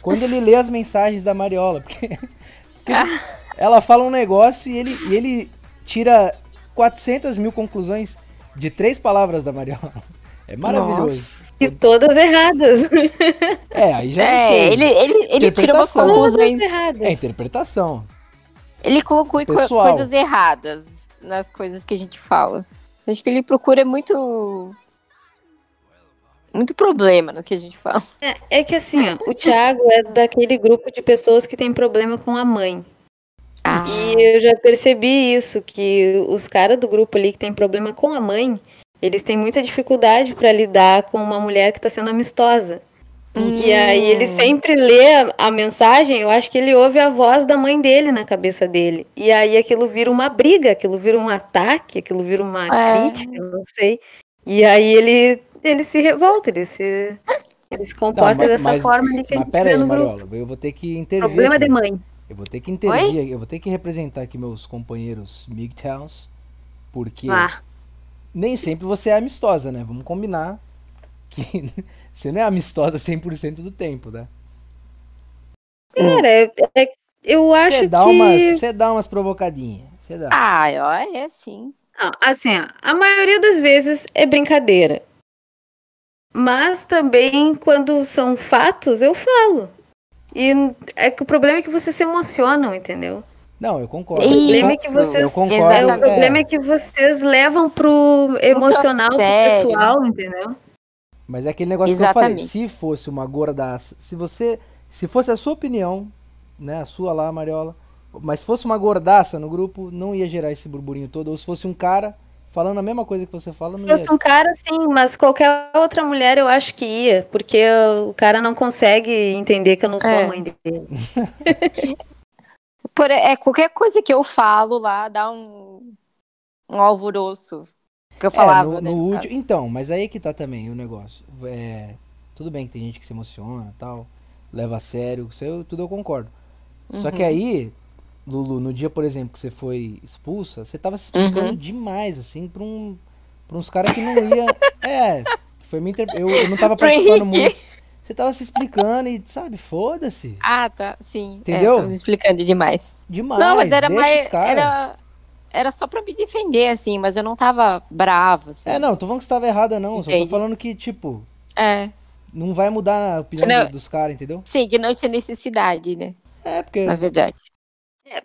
[SPEAKER 1] quando ele lê as mensagens da Mariola, porque, porque ela fala um negócio e ele, e ele tira 400 mil conclusões de três palavras da Mariola. É maravilhoso.
[SPEAKER 4] Nossa.
[SPEAKER 2] E todas erradas.
[SPEAKER 1] É, aí já não
[SPEAKER 4] É,
[SPEAKER 1] sei.
[SPEAKER 4] ele, ele, ele tirou umas
[SPEAKER 1] Interpretação.
[SPEAKER 4] conclusões.
[SPEAKER 2] Todas erradas.
[SPEAKER 1] É interpretação.
[SPEAKER 4] Ele colocou co-
[SPEAKER 1] Pessoal.
[SPEAKER 4] coisas erradas nas coisas que a gente fala. Acho que ele procura muito. Muito problema no que a gente fala.
[SPEAKER 2] É, é que assim, ó, o Thiago é daquele grupo de pessoas que tem problema com a mãe.
[SPEAKER 4] Ah.
[SPEAKER 2] E eu já percebi isso, que os caras do grupo ali que tem problema com a mãe, eles têm muita dificuldade pra lidar com uma mulher que tá sendo amistosa.
[SPEAKER 1] Hum.
[SPEAKER 2] E aí ele sempre lê a, a mensagem, eu acho que ele ouve a voz da mãe dele na cabeça dele. E aí aquilo vira uma briga, aquilo vira um ataque, aquilo vira uma
[SPEAKER 4] É.
[SPEAKER 2] crítica, eu não sei. E aí ele, ele se revolta, ele se, ele se comporta
[SPEAKER 1] mas-
[SPEAKER 2] dessa
[SPEAKER 1] mas-
[SPEAKER 2] forma ali que a
[SPEAKER 1] Mas
[SPEAKER 2] gente
[SPEAKER 1] pera
[SPEAKER 2] vê
[SPEAKER 1] aí,
[SPEAKER 2] no grupo.
[SPEAKER 1] Mariola. Eu vou ter que intervir.
[SPEAKER 2] Problema
[SPEAKER 1] aqui.
[SPEAKER 2] de mãe.
[SPEAKER 1] Eu vou ter que intervir. Eu vou ter que representar aqui meus companheiros MGTOWs. Porque
[SPEAKER 5] Ah,
[SPEAKER 1] nem sempre você é amistosa, né? Vamos combinar que você não é amistosa 100% do tempo, né?
[SPEAKER 2] Cara, é- é- eu acho
[SPEAKER 1] Você dá,
[SPEAKER 2] que...
[SPEAKER 1] umas, você dá umas provocadinhas. Você dá.
[SPEAKER 4] Ah, ó, é sim.
[SPEAKER 2] Não, assim, ó, a maioria das vezes é brincadeira. Mas também, quando são fatos, eu falo. E n- é que o problema é que vocês se emocionam, entendeu?
[SPEAKER 1] Não, eu concordo.
[SPEAKER 2] O problema é
[SPEAKER 4] Isso,
[SPEAKER 2] que
[SPEAKER 1] eu
[SPEAKER 2] vocês.
[SPEAKER 1] concordo.
[SPEAKER 2] é, o
[SPEAKER 4] exatamente.
[SPEAKER 2] problema é que vocês levam pro né? emocional, pro
[SPEAKER 4] sério.
[SPEAKER 2] pessoal, entendeu?
[SPEAKER 1] Mas é aquele negócio que
[SPEAKER 4] Exatamente.
[SPEAKER 1] eu falei, se fosse uma gordaça, se você, se fosse a sua opinião, né, a sua lá, Mariola, mas se fosse uma gordaça no grupo, não ia gerar esse burburinho todo, ou se fosse um cara falando a mesma coisa que você fala, não
[SPEAKER 2] Se
[SPEAKER 1] ia.
[SPEAKER 2] fosse um cara, sim, mas qualquer outra mulher eu acho que ia, porque o cara não consegue entender que eu não sou
[SPEAKER 4] É.
[SPEAKER 2] a mãe dele.
[SPEAKER 4] Por, é, qualquer coisa que eu falo lá dá um, um alvoroço. Que eu
[SPEAKER 1] É,
[SPEAKER 4] falava,
[SPEAKER 1] no,
[SPEAKER 4] né,
[SPEAKER 1] no
[SPEAKER 4] no
[SPEAKER 1] último- Então, mas aí que tá também o negócio. É, tudo bem que tem gente que se emociona tal, leva a sério, isso eu, tudo eu concordo. Só
[SPEAKER 4] Uhum.
[SPEAKER 1] que aí, Lulu, no dia, por exemplo, que você foi expulsa, você tava se explicando
[SPEAKER 4] Uhum.
[SPEAKER 1] demais, assim, pra, um, pra uns caras que não ia. é, foi minha inter... eu, eu não tava
[SPEAKER 4] Pro
[SPEAKER 1] participando
[SPEAKER 4] Henrique.
[SPEAKER 1] muito. Você tava se explicando e, sabe, foda-se.
[SPEAKER 4] Ah, tá, sim.
[SPEAKER 1] Entendeu?
[SPEAKER 4] É, tô me explicando demais.
[SPEAKER 1] Demais.
[SPEAKER 4] não, mas era
[SPEAKER 1] deixa
[SPEAKER 4] mais.
[SPEAKER 1] os caras.
[SPEAKER 4] Era, era só pra me defender, assim, mas eu não tava brava, assim.
[SPEAKER 1] É, não, tô falando que você tava errada, não. Só tô
[SPEAKER 4] Entendi.
[SPEAKER 1] falando que, tipo,
[SPEAKER 4] É,
[SPEAKER 1] não vai mudar a opinião
[SPEAKER 4] Não.
[SPEAKER 1] do- dos caras, entendeu?
[SPEAKER 4] sim, que não tinha necessidade, né?
[SPEAKER 1] É, porque
[SPEAKER 4] Na verdade.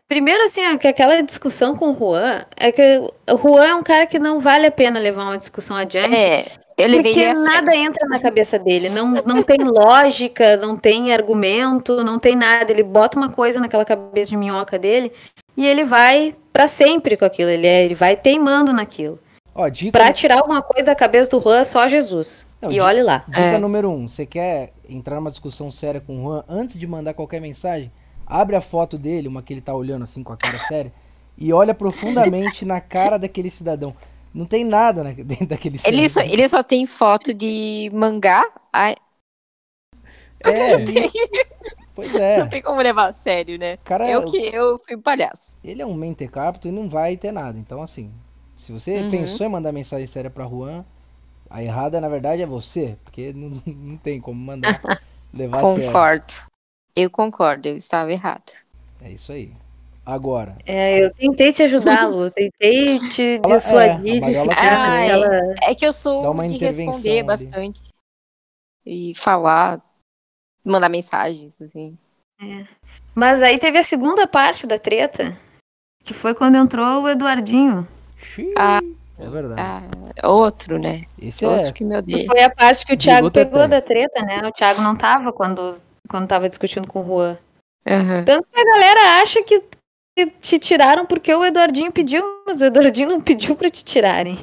[SPEAKER 2] Primeiro, assim, ó, que aquela discussão com o Juan é que o Juan é um cara que não vale a pena levar uma discussão adiante.
[SPEAKER 4] É, eu levei
[SPEAKER 2] Porque
[SPEAKER 4] ele a sério.
[SPEAKER 2] nada entra na cabeça dele, não, não tem lógica, não tem argumento, não tem nada. Ele bota uma coisa naquela cabeça de minhoca dele e ele vai pra sempre com aquilo, ele, é- ele vai teimando naquilo.
[SPEAKER 1] Ó, dica,
[SPEAKER 2] Pra tirar alguma coisa da cabeça do Juan, só Jesus.
[SPEAKER 1] Não,
[SPEAKER 2] e
[SPEAKER 1] de-
[SPEAKER 2] olhe lá.
[SPEAKER 1] dica
[SPEAKER 4] É.
[SPEAKER 1] número um. Você quer entrar numa discussão séria com o Juan antes de mandar qualquer mensagem? Abre a foto dele, uma que ele tá olhando assim com a cara séria, e olha profundamente na cara daquele cidadão. Não tem nada na, dentro daquele
[SPEAKER 4] Ele só,
[SPEAKER 1] cidadão.
[SPEAKER 4] ele só tem foto de mangá, ai,
[SPEAKER 1] É, pois é.
[SPEAKER 4] não tem como levar a sério, né?
[SPEAKER 1] Cara,
[SPEAKER 4] eu que eu fui palhaço.
[SPEAKER 1] Ele é um mentecapto e não vai ter nada. Então, assim, se você
[SPEAKER 4] Uhum.
[SPEAKER 1] pensou em mandar mensagem séria pra Juan, a errada, na verdade, é você. Porque não, não tem como mandar levar a sério.
[SPEAKER 4] Concordo. Eu concordo, eu estava errada.
[SPEAKER 1] É isso aí. Agora,
[SPEAKER 2] É, eu tentei te ajudar, Lu, eu tentei te
[SPEAKER 1] Ela- é,
[SPEAKER 2] dissuadir
[SPEAKER 1] a
[SPEAKER 2] de
[SPEAKER 1] Mariola
[SPEAKER 2] ficar
[SPEAKER 4] tem-
[SPEAKER 2] com ela.
[SPEAKER 4] É que eu
[SPEAKER 1] Dá
[SPEAKER 4] sou
[SPEAKER 1] uma
[SPEAKER 4] de
[SPEAKER 1] intervenção
[SPEAKER 4] responder
[SPEAKER 1] ali.
[SPEAKER 4] bastante e falar, mandar mensagens, assim.
[SPEAKER 2] Mas aí teve a segunda parte da treta, que foi quando entrou o Eduardinho.
[SPEAKER 1] Xiii,
[SPEAKER 4] Ah,
[SPEAKER 1] é verdade.
[SPEAKER 4] Ah, outro, né?
[SPEAKER 1] Esse é
[SPEAKER 4] Outro que me odeia.
[SPEAKER 2] Foi a parte que o
[SPEAKER 1] Brigou
[SPEAKER 2] Thiago pegou
[SPEAKER 1] tentando.
[SPEAKER 2] da treta, né? O Thiago não tava quando, quando tava discutindo com o Juan.
[SPEAKER 4] Aham.
[SPEAKER 2] Tanto que a galera acha que, que te tiraram porque o Eduardinho pediu, mas o Eduardinho não pediu pra te tirarem.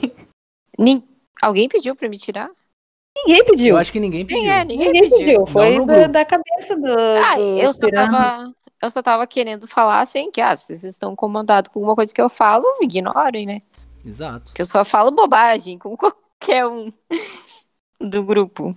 [SPEAKER 4] Nin- Alguém pediu pra me tirar?
[SPEAKER 2] Ninguém pediu.
[SPEAKER 1] Eu acho que ninguém
[SPEAKER 4] Sim,
[SPEAKER 1] pediu.
[SPEAKER 4] é, ninguém,
[SPEAKER 2] Ninguém pediu, foi
[SPEAKER 1] no
[SPEAKER 2] da,
[SPEAKER 1] grupo.
[SPEAKER 2] da cabeça do.
[SPEAKER 4] Ah,
[SPEAKER 2] do
[SPEAKER 4] eu só
[SPEAKER 2] Piranga.
[SPEAKER 4] tava. Eu só tava querendo falar assim que, ah, vocês estão comandados com alguma coisa que eu falo, ignorem, né?
[SPEAKER 1] Exato.
[SPEAKER 4] Porque eu só falo bobagem com qualquer um do grupo.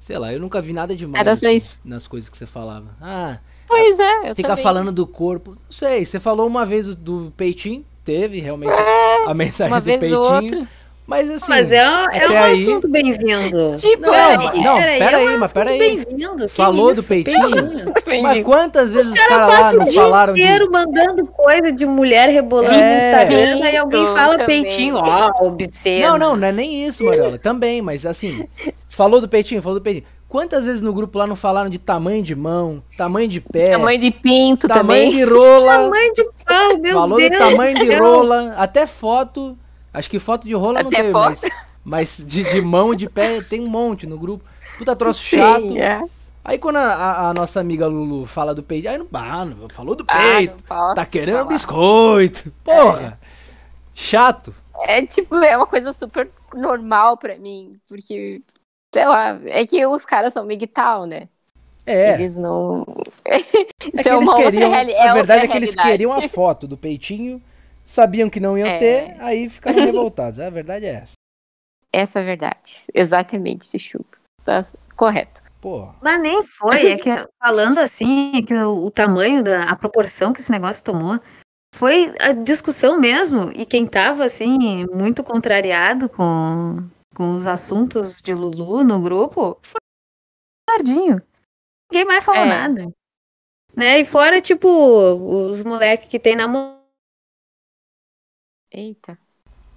[SPEAKER 1] Sei lá, eu nunca vi nada demais
[SPEAKER 4] Era só
[SPEAKER 1] assim,
[SPEAKER 4] isso.
[SPEAKER 1] nas coisas que você falava. Ah,
[SPEAKER 4] Pois é, eu
[SPEAKER 1] fica
[SPEAKER 4] também.
[SPEAKER 1] falando do corpo. Não sei, você falou uma vez do, do peitinho, teve realmente a mensagem
[SPEAKER 4] É, uma
[SPEAKER 1] do
[SPEAKER 4] vez
[SPEAKER 1] peitinho.
[SPEAKER 4] ou outra.
[SPEAKER 1] Mas assim.
[SPEAKER 2] Mas é, um- é
[SPEAKER 1] até
[SPEAKER 2] um
[SPEAKER 1] aí-
[SPEAKER 2] assunto bem-vindo. um
[SPEAKER 4] Tipo,
[SPEAKER 1] Não,
[SPEAKER 4] é,
[SPEAKER 1] mas- não, pera aí, mas pera aí.
[SPEAKER 2] Bem-vindo. que
[SPEAKER 1] Falou do
[SPEAKER 2] isso,
[SPEAKER 1] peitinho?
[SPEAKER 2] beijinhos.
[SPEAKER 4] tipo,
[SPEAKER 1] Mas quantas vezes os caras lá
[SPEAKER 2] Passa o
[SPEAKER 1] não falaram
[SPEAKER 2] dia
[SPEAKER 1] de.
[SPEAKER 2] inteiro mandando coisa de mulher rebolando
[SPEAKER 1] É.
[SPEAKER 2] no Instagram e alguém
[SPEAKER 4] Peito
[SPEAKER 2] fala
[SPEAKER 4] também.
[SPEAKER 2] peitinho, ó, obsceno.
[SPEAKER 1] Não, não, não é nem isso, Mariola. Também, mas assim, Falou do peitinho, falou do peitinho. Quantas vezes no grupo lá não falaram de tamanho de mão, tamanho de pé,
[SPEAKER 4] Tamanho de pinto
[SPEAKER 1] tamanho
[SPEAKER 4] também.
[SPEAKER 1] É. de rola,
[SPEAKER 2] Tamanho de pau, meu
[SPEAKER 1] falou
[SPEAKER 2] Deus.
[SPEAKER 1] do tamanho de
[SPEAKER 2] do céu.
[SPEAKER 1] rola, até foto. Acho que foto de rola não
[SPEAKER 4] Até
[SPEAKER 1] teve,
[SPEAKER 4] foto.
[SPEAKER 1] mas, mas de, de mão, de pé, tem um monte no grupo. Puta troço chato.
[SPEAKER 4] Sim, é.
[SPEAKER 1] Aí quando a, a- a nossa amiga Lulu fala do peito, aí não, ah, não falou do
[SPEAKER 4] Ah, não
[SPEAKER 1] peito,
[SPEAKER 4] posso
[SPEAKER 1] tá querendo
[SPEAKER 4] falar.
[SPEAKER 1] biscoito, porra, chato.
[SPEAKER 4] É tipo, é uma coisa super normal pra mim, porque, sei lá, é que os caras são migtal, né?
[SPEAKER 1] É,
[SPEAKER 4] Eles não.
[SPEAKER 1] é
[SPEAKER 4] Isso
[SPEAKER 1] que
[SPEAKER 4] é
[SPEAKER 1] eles
[SPEAKER 4] uma outra
[SPEAKER 1] queriam,
[SPEAKER 4] reali-
[SPEAKER 1] a
[SPEAKER 4] é
[SPEAKER 1] verdade é
[SPEAKER 4] outra
[SPEAKER 1] que eles
[SPEAKER 4] realidade.
[SPEAKER 1] queriam a foto do peitinho, sabiam que não iam
[SPEAKER 4] É.
[SPEAKER 1] ter, aí ficaram revoltados, a verdade é essa,
[SPEAKER 4] Essa é a verdade. Exatamente, Chuchu. Tá correto.
[SPEAKER 1] porra.
[SPEAKER 2] Mas nem foi, é que falando assim, é que o, o tamanho, da, a proporção que esse negócio tomou, foi a discussão mesmo. E quem tava assim, muito contrariado com, com os assuntos de Lulu no grupo, foi o Nardinho. Ninguém mais falou
[SPEAKER 4] É.
[SPEAKER 2] nada. Né? E fora, tipo, os moleques que tem namorado.
[SPEAKER 4] Eita,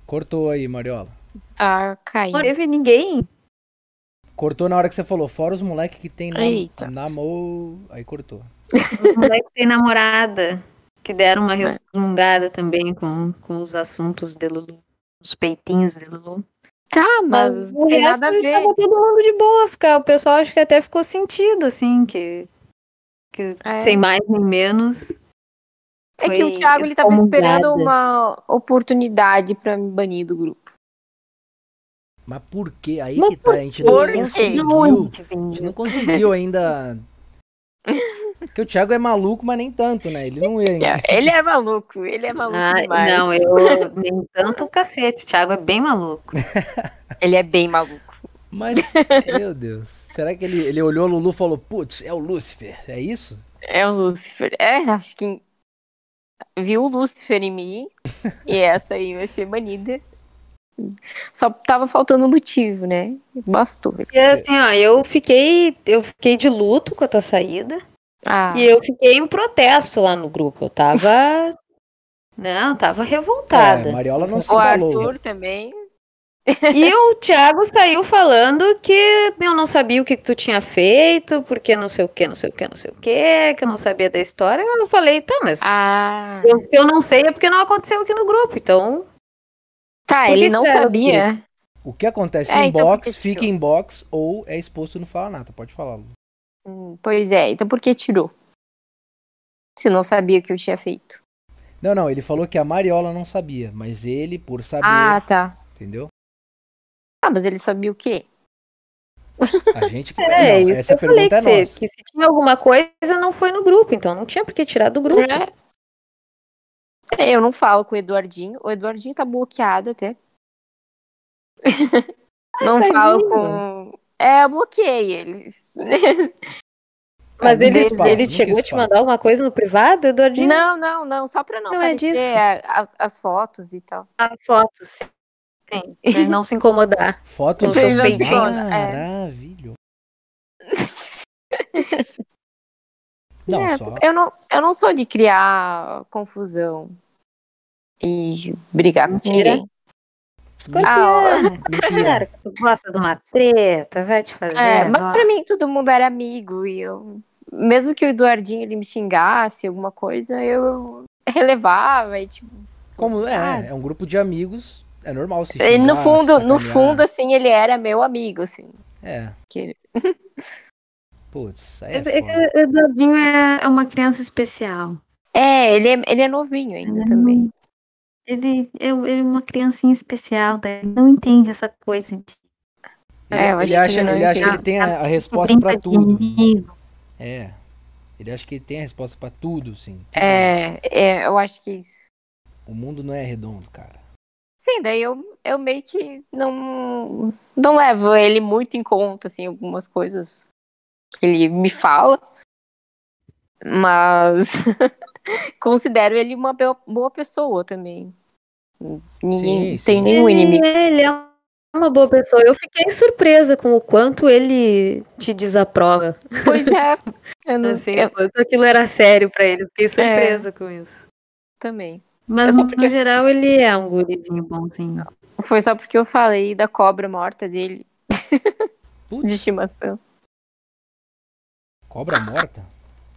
[SPEAKER 1] Cortou aí, Mariola.
[SPEAKER 4] tá caindo.
[SPEAKER 2] Teve ninguém.
[SPEAKER 1] Cortou na hora que você falou, fora os moleque que tem
[SPEAKER 4] Eita.
[SPEAKER 1] na, namor... Aí cortou.
[SPEAKER 2] Os moleques que tem namorada. Que deram uma resmungada também com, com os assuntos de Lulu. Os peitinhos de Lulu.
[SPEAKER 4] Tá, mas,
[SPEAKER 2] Mas o
[SPEAKER 4] não tem
[SPEAKER 2] resto
[SPEAKER 4] nada a ver.
[SPEAKER 2] tava todo mundo de boa, ficar, o pessoal acho que até ficou sentido, assim, que, que
[SPEAKER 4] É.
[SPEAKER 2] sem mais nem menos.
[SPEAKER 4] É que o
[SPEAKER 2] foi
[SPEAKER 4] Thiago ele tava esperando
[SPEAKER 2] excomungada.
[SPEAKER 4] uma oportunidade pra me banir do grupo.
[SPEAKER 1] Mas por quê? Aí
[SPEAKER 2] Mas
[SPEAKER 1] que tá, a gente
[SPEAKER 4] por
[SPEAKER 1] não
[SPEAKER 4] quê?
[SPEAKER 1] conseguiu.
[SPEAKER 2] Onde
[SPEAKER 1] A gente
[SPEAKER 2] vem
[SPEAKER 1] não
[SPEAKER 2] isso?
[SPEAKER 1] conseguiu ainda. Porque o Thiago é maluco, mas nem tanto, né? Ele não ia.
[SPEAKER 4] Ele é maluco, ele é maluco
[SPEAKER 2] Ah,
[SPEAKER 4] demais.
[SPEAKER 2] não, eu nem tanto o cacete. O Thiago é bem maluco.
[SPEAKER 4] Ele é bem maluco.
[SPEAKER 1] Mas, meu Deus. Será que ele, ele olhou o Lulu e falou: putz, é o Lúcifer? É isso?
[SPEAKER 4] É o Lúcifer. É, acho que viu o Lúcifer em mim e essa aí vai ser banida. Só tava faltando motivo, né? Bastou.
[SPEAKER 2] E assim, ó, eu fiquei, eu fiquei de luto com a tua saída.
[SPEAKER 4] Ah,
[SPEAKER 2] E eu fiquei em protesto lá no grupo. Eu tava. Não, eu tava revoltada.
[SPEAKER 1] É, Mariola não se
[SPEAKER 4] Tá. o
[SPEAKER 1] falou.
[SPEAKER 4] Arthur também.
[SPEAKER 2] E o Thiago saiu falando que eu não sabia o que, que tu tinha feito, porque não sei o que, não sei o que, não sei o que, que eu não sabia da história. Eu falei, tá, mas
[SPEAKER 4] Ah.
[SPEAKER 2] eu, se eu não sei é porque não aconteceu aqui no grupo, então.
[SPEAKER 4] Tá,
[SPEAKER 2] Por
[SPEAKER 4] ele
[SPEAKER 2] que
[SPEAKER 4] não
[SPEAKER 2] que é? era o
[SPEAKER 4] sabia.
[SPEAKER 1] O que acontece
[SPEAKER 4] É,
[SPEAKER 1] em
[SPEAKER 4] então por
[SPEAKER 1] box,
[SPEAKER 4] que que
[SPEAKER 1] fica
[SPEAKER 4] tirou?
[SPEAKER 1] em box ou é exposto no Fala Nata. Pode falar, Lulu.
[SPEAKER 4] Hum, Pois é, então por que tirou? Se não sabia o que eu tinha feito.
[SPEAKER 1] Não, não, ele falou que a Mariola não sabia, mas ele, por saber,
[SPEAKER 4] Ah, tá.
[SPEAKER 1] entendeu?
[SPEAKER 4] Ah, mas ele sabia o quê?
[SPEAKER 1] A gente que.
[SPEAKER 2] É,
[SPEAKER 1] não,
[SPEAKER 2] isso
[SPEAKER 1] essa
[SPEAKER 2] que eu falei,
[SPEAKER 1] pergunta
[SPEAKER 2] que,
[SPEAKER 1] é
[SPEAKER 2] se,
[SPEAKER 1] nossa.
[SPEAKER 2] que se tinha alguma coisa, não foi no grupo, então não tinha por que tirar do grupo.
[SPEAKER 4] É. Eu não falo com o Eduardinho. O Eduardinho tá bloqueado até. não falo
[SPEAKER 2] tadinho.
[SPEAKER 4] com. É, eu bloqueei ele.
[SPEAKER 2] Mas
[SPEAKER 1] É, nunca
[SPEAKER 2] ele,
[SPEAKER 1] se fala,
[SPEAKER 2] ele
[SPEAKER 1] nunca
[SPEAKER 2] chegou
[SPEAKER 1] se
[SPEAKER 2] a te
[SPEAKER 1] fala.
[SPEAKER 2] mandar alguma coisa no privado, Eduardinho?
[SPEAKER 4] não, não, não. Só pra não,
[SPEAKER 2] Não é
[SPEAKER 4] aparecer
[SPEAKER 2] disso.
[SPEAKER 4] a- as, as fototos e tal.
[SPEAKER 2] Ah, fotos. Sim, pra ele não se incomodar.
[SPEAKER 1] Fotos
[SPEAKER 2] Com seus
[SPEAKER 1] são
[SPEAKER 2] peitinhos,
[SPEAKER 4] é.
[SPEAKER 1] Maravilhoso. Não,
[SPEAKER 4] É,
[SPEAKER 1] só.
[SPEAKER 4] eu, não, eu não sou de criar confusão e brigar com
[SPEAKER 2] Mentira.
[SPEAKER 4] ninguém.
[SPEAKER 2] né?
[SPEAKER 1] né?
[SPEAKER 2] Escorpiana,
[SPEAKER 1] Mentira.
[SPEAKER 2] cara, que Ah. tu gosta de uma treta, vai te fazer.
[SPEAKER 4] É, mas
[SPEAKER 2] ó.
[SPEAKER 4] pra mim todo mundo era amigo e eu, mesmo que o Eduardinho ele me xingasse alguma coisa, eu relevava e tipo,
[SPEAKER 1] Como
[SPEAKER 4] Ah.
[SPEAKER 1] é, é um grupo de amigos, é normal se
[SPEAKER 4] e no
[SPEAKER 1] xingar,
[SPEAKER 4] fundo, no
[SPEAKER 1] sacanear.
[SPEAKER 4] fundo assim, ele era meu amigo assim.
[SPEAKER 1] É.
[SPEAKER 4] Que-
[SPEAKER 1] Putz, aí
[SPEAKER 2] É,
[SPEAKER 1] é
[SPEAKER 2] é que
[SPEAKER 1] foda.
[SPEAKER 2] o Eduardinho é é uma criança especial.
[SPEAKER 4] É, ele é, ele é novinho ainda
[SPEAKER 1] Uhum.
[SPEAKER 4] também.
[SPEAKER 2] Ele é, ele é uma criancinha especial, daí ele não entende essa coisa de
[SPEAKER 1] Ele,
[SPEAKER 4] É, eu acho
[SPEAKER 1] ele
[SPEAKER 4] que
[SPEAKER 1] acha,
[SPEAKER 4] ele não
[SPEAKER 1] ele acha que
[SPEAKER 2] entende.
[SPEAKER 1] ele tem a, a resposta
[SPEAKER 2] brinca
[SPEAKER 1] pra
[SPEAKER 2] de
[SPEAKER 1] tudo.
[SPEAKER 2] inimigo.
[SPEAKER 1] É. Ele acha que ele tem a resposta pra tudo, sim.
[SPEAKER 4] É, é, eu acho que isso.
[SPEAKER 1] O mundo não é redondo, cara.
[SPEAKER 4] Sim, daí eu, eu meio que não não levo ele muito em conta assim algumas coisas que ele me fala, mas considero ele uma be- boa pessoa também. Ninguém
[SPEAKER 1] Sim, sim.
[SPEAKER 4] tem nenhum
[SPEAKER 2] ele,
[SPEAKER 4] inimigo.
[SPEAKER 2] é- ele é uma boa pessoa. Eu fiquei surpresa com o quanto ele te desaprova.
[SPEAKER 4] Pois é, eu não
[SPEAKER 2] Assim,
[SPEAKER 4] sei eu É.
[SPEAKER 2] o quanto aquilo era sério pra ele. Eu Fiquei surpresa com isso.
[SPEAKER 4] também. É
[SPEAKER 2] Mas
[SPEAKER 4] só
[SPEAKER 2] no
[SPEAKER 4] porque-
[SPEAKER 2] geral ele é um gurizinho bonzinho.
[SPEAKER 4] Foi só porque eu falei da cobra morta dele.
[SPEAKER 1] Putz,
[SPEAKER 4] de estimação.
[SPEAKER 1] cobra morta?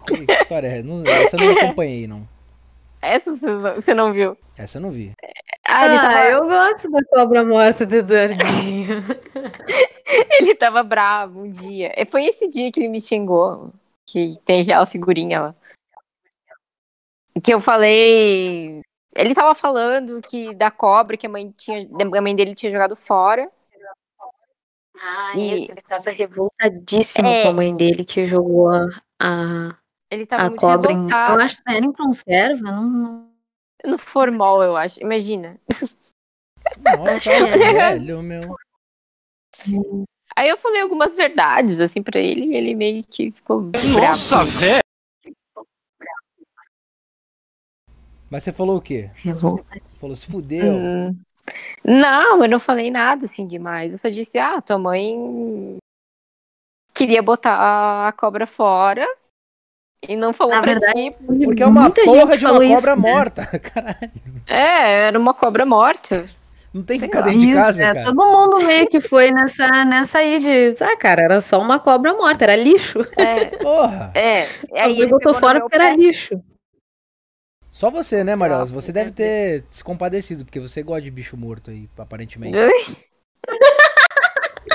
[SPEAKER 1] Que história é essa? Não- Essa eu não acompanhei, não.
[SPEAKER 4] Essa você não, você não viu.
[SPEAKER 1] Essa eu não vi.
[SPEAKER 4] Ah,
[SPEAKER 2] Ah,
[SPEAKER 4] ele, tava,
[SPEAKER 2] eu gosto da cobra morta do Dardinho.
[SPEAKER 4] ele tava bravo um dia. E Foi esse dia que ele me xingou. Que tem aquela figurinha lá. Que eu falei. Ele tava falando que da cobra que a mãe tinha. A mãe dele tinha jogado fora.
[SPEAKER 5] Ah,
[SPEAKER 4] E-
[SPEAKER 5] isso. Ele tava revoltadíssimo
[SPEAKER 4] É.
[SPEAKER 5] com a mãe dele que jogou a, a,
[SPEAKER 4] Ele tava
[SPEAKER 5] a
[SPEAKER 4] muito
[SPEAKER 5] cobra em.
[SPEAKER 4] revoltado.
[SPEAKER 5] Eu acho que era em conserva. Não, não-
[SPEAKER 4] No formol, eu acho. Imagina.
[SPEAKER 1] Nossa, tá velho, meu.
[SPEAKER 4] Aí eu falei algumas verdades, assim, pra ele, e ele meio que ficou bem bravo.
[SPEAKER 3] Nossa, velho!
[SPEAKER 1] Mas você falou o quê?
[SPEAKER 5] revol-
[SPEAKER 1] Você falou, se fudeu.
[SPEAKER 4] Hum. Não, eu não falei nada, assim, demais. Eu só disse, ah, tua mãe queria botar a cobra fora e não falou
[SPEAKER 5] Na
[SPEAKER 4] pra
[SPEAKER 5] verdade,
[SPEAKER 4] ti.
[SPEAKER 1] Porque é uma
[SPEAKER 2] Ah, Muita
[SPEAKER 1] porra
[SPEAKER 2] gente
[SPEAKER 1] de uma
[SPEAKER 2] falou
[SPEAKER 1] cobra
[SPEAKER 2] isso, né?
[SPEAKER 1] morta. Caralho,
[SPEAKER 4] É, era uma cobra morta.
[SPEAKER 1] não tem que
[SPEAKER 4] Sei
[SPEAKER 1] ficar
[SPEAKER 4] lá.
[SPEAKER 1] dentro de
[SPEAKER 2] Isso,
[SPEAKER 1] casa,
[SPEAKER 2] é,
[SPEAKER 1] cara.
[SPEAKER 2] Todo mundo meio que foi nessa, nessa aí de. Ah, cara, era só uma cobra morta, era lixo.
[SPEAKER 4] É,
[SPEAKER 1] Porra.
[SPEAKER 4] é. E Aí
[SPEAKER 2] Alguém
[SPEAKER 4] ele
[SPEAKER 2] botou
[SPEAKER 4] pegou no
[SPEAKER 2] fora
[SPEAKER 4] meu
[SPEAKER 2] porque era
[SPEAKER 4] pé.
[SPEAKER 2] lixo.
[SPEAKER 1] Só você, né, Mariola?
[SPEAKER 4] Sei lá,
[SPEAKER 1] Você
[SPEAKER 4] deve
[SPEAKER 1] deve ter se compadecido, porque você gosta de bicho morto aí, aparentemente.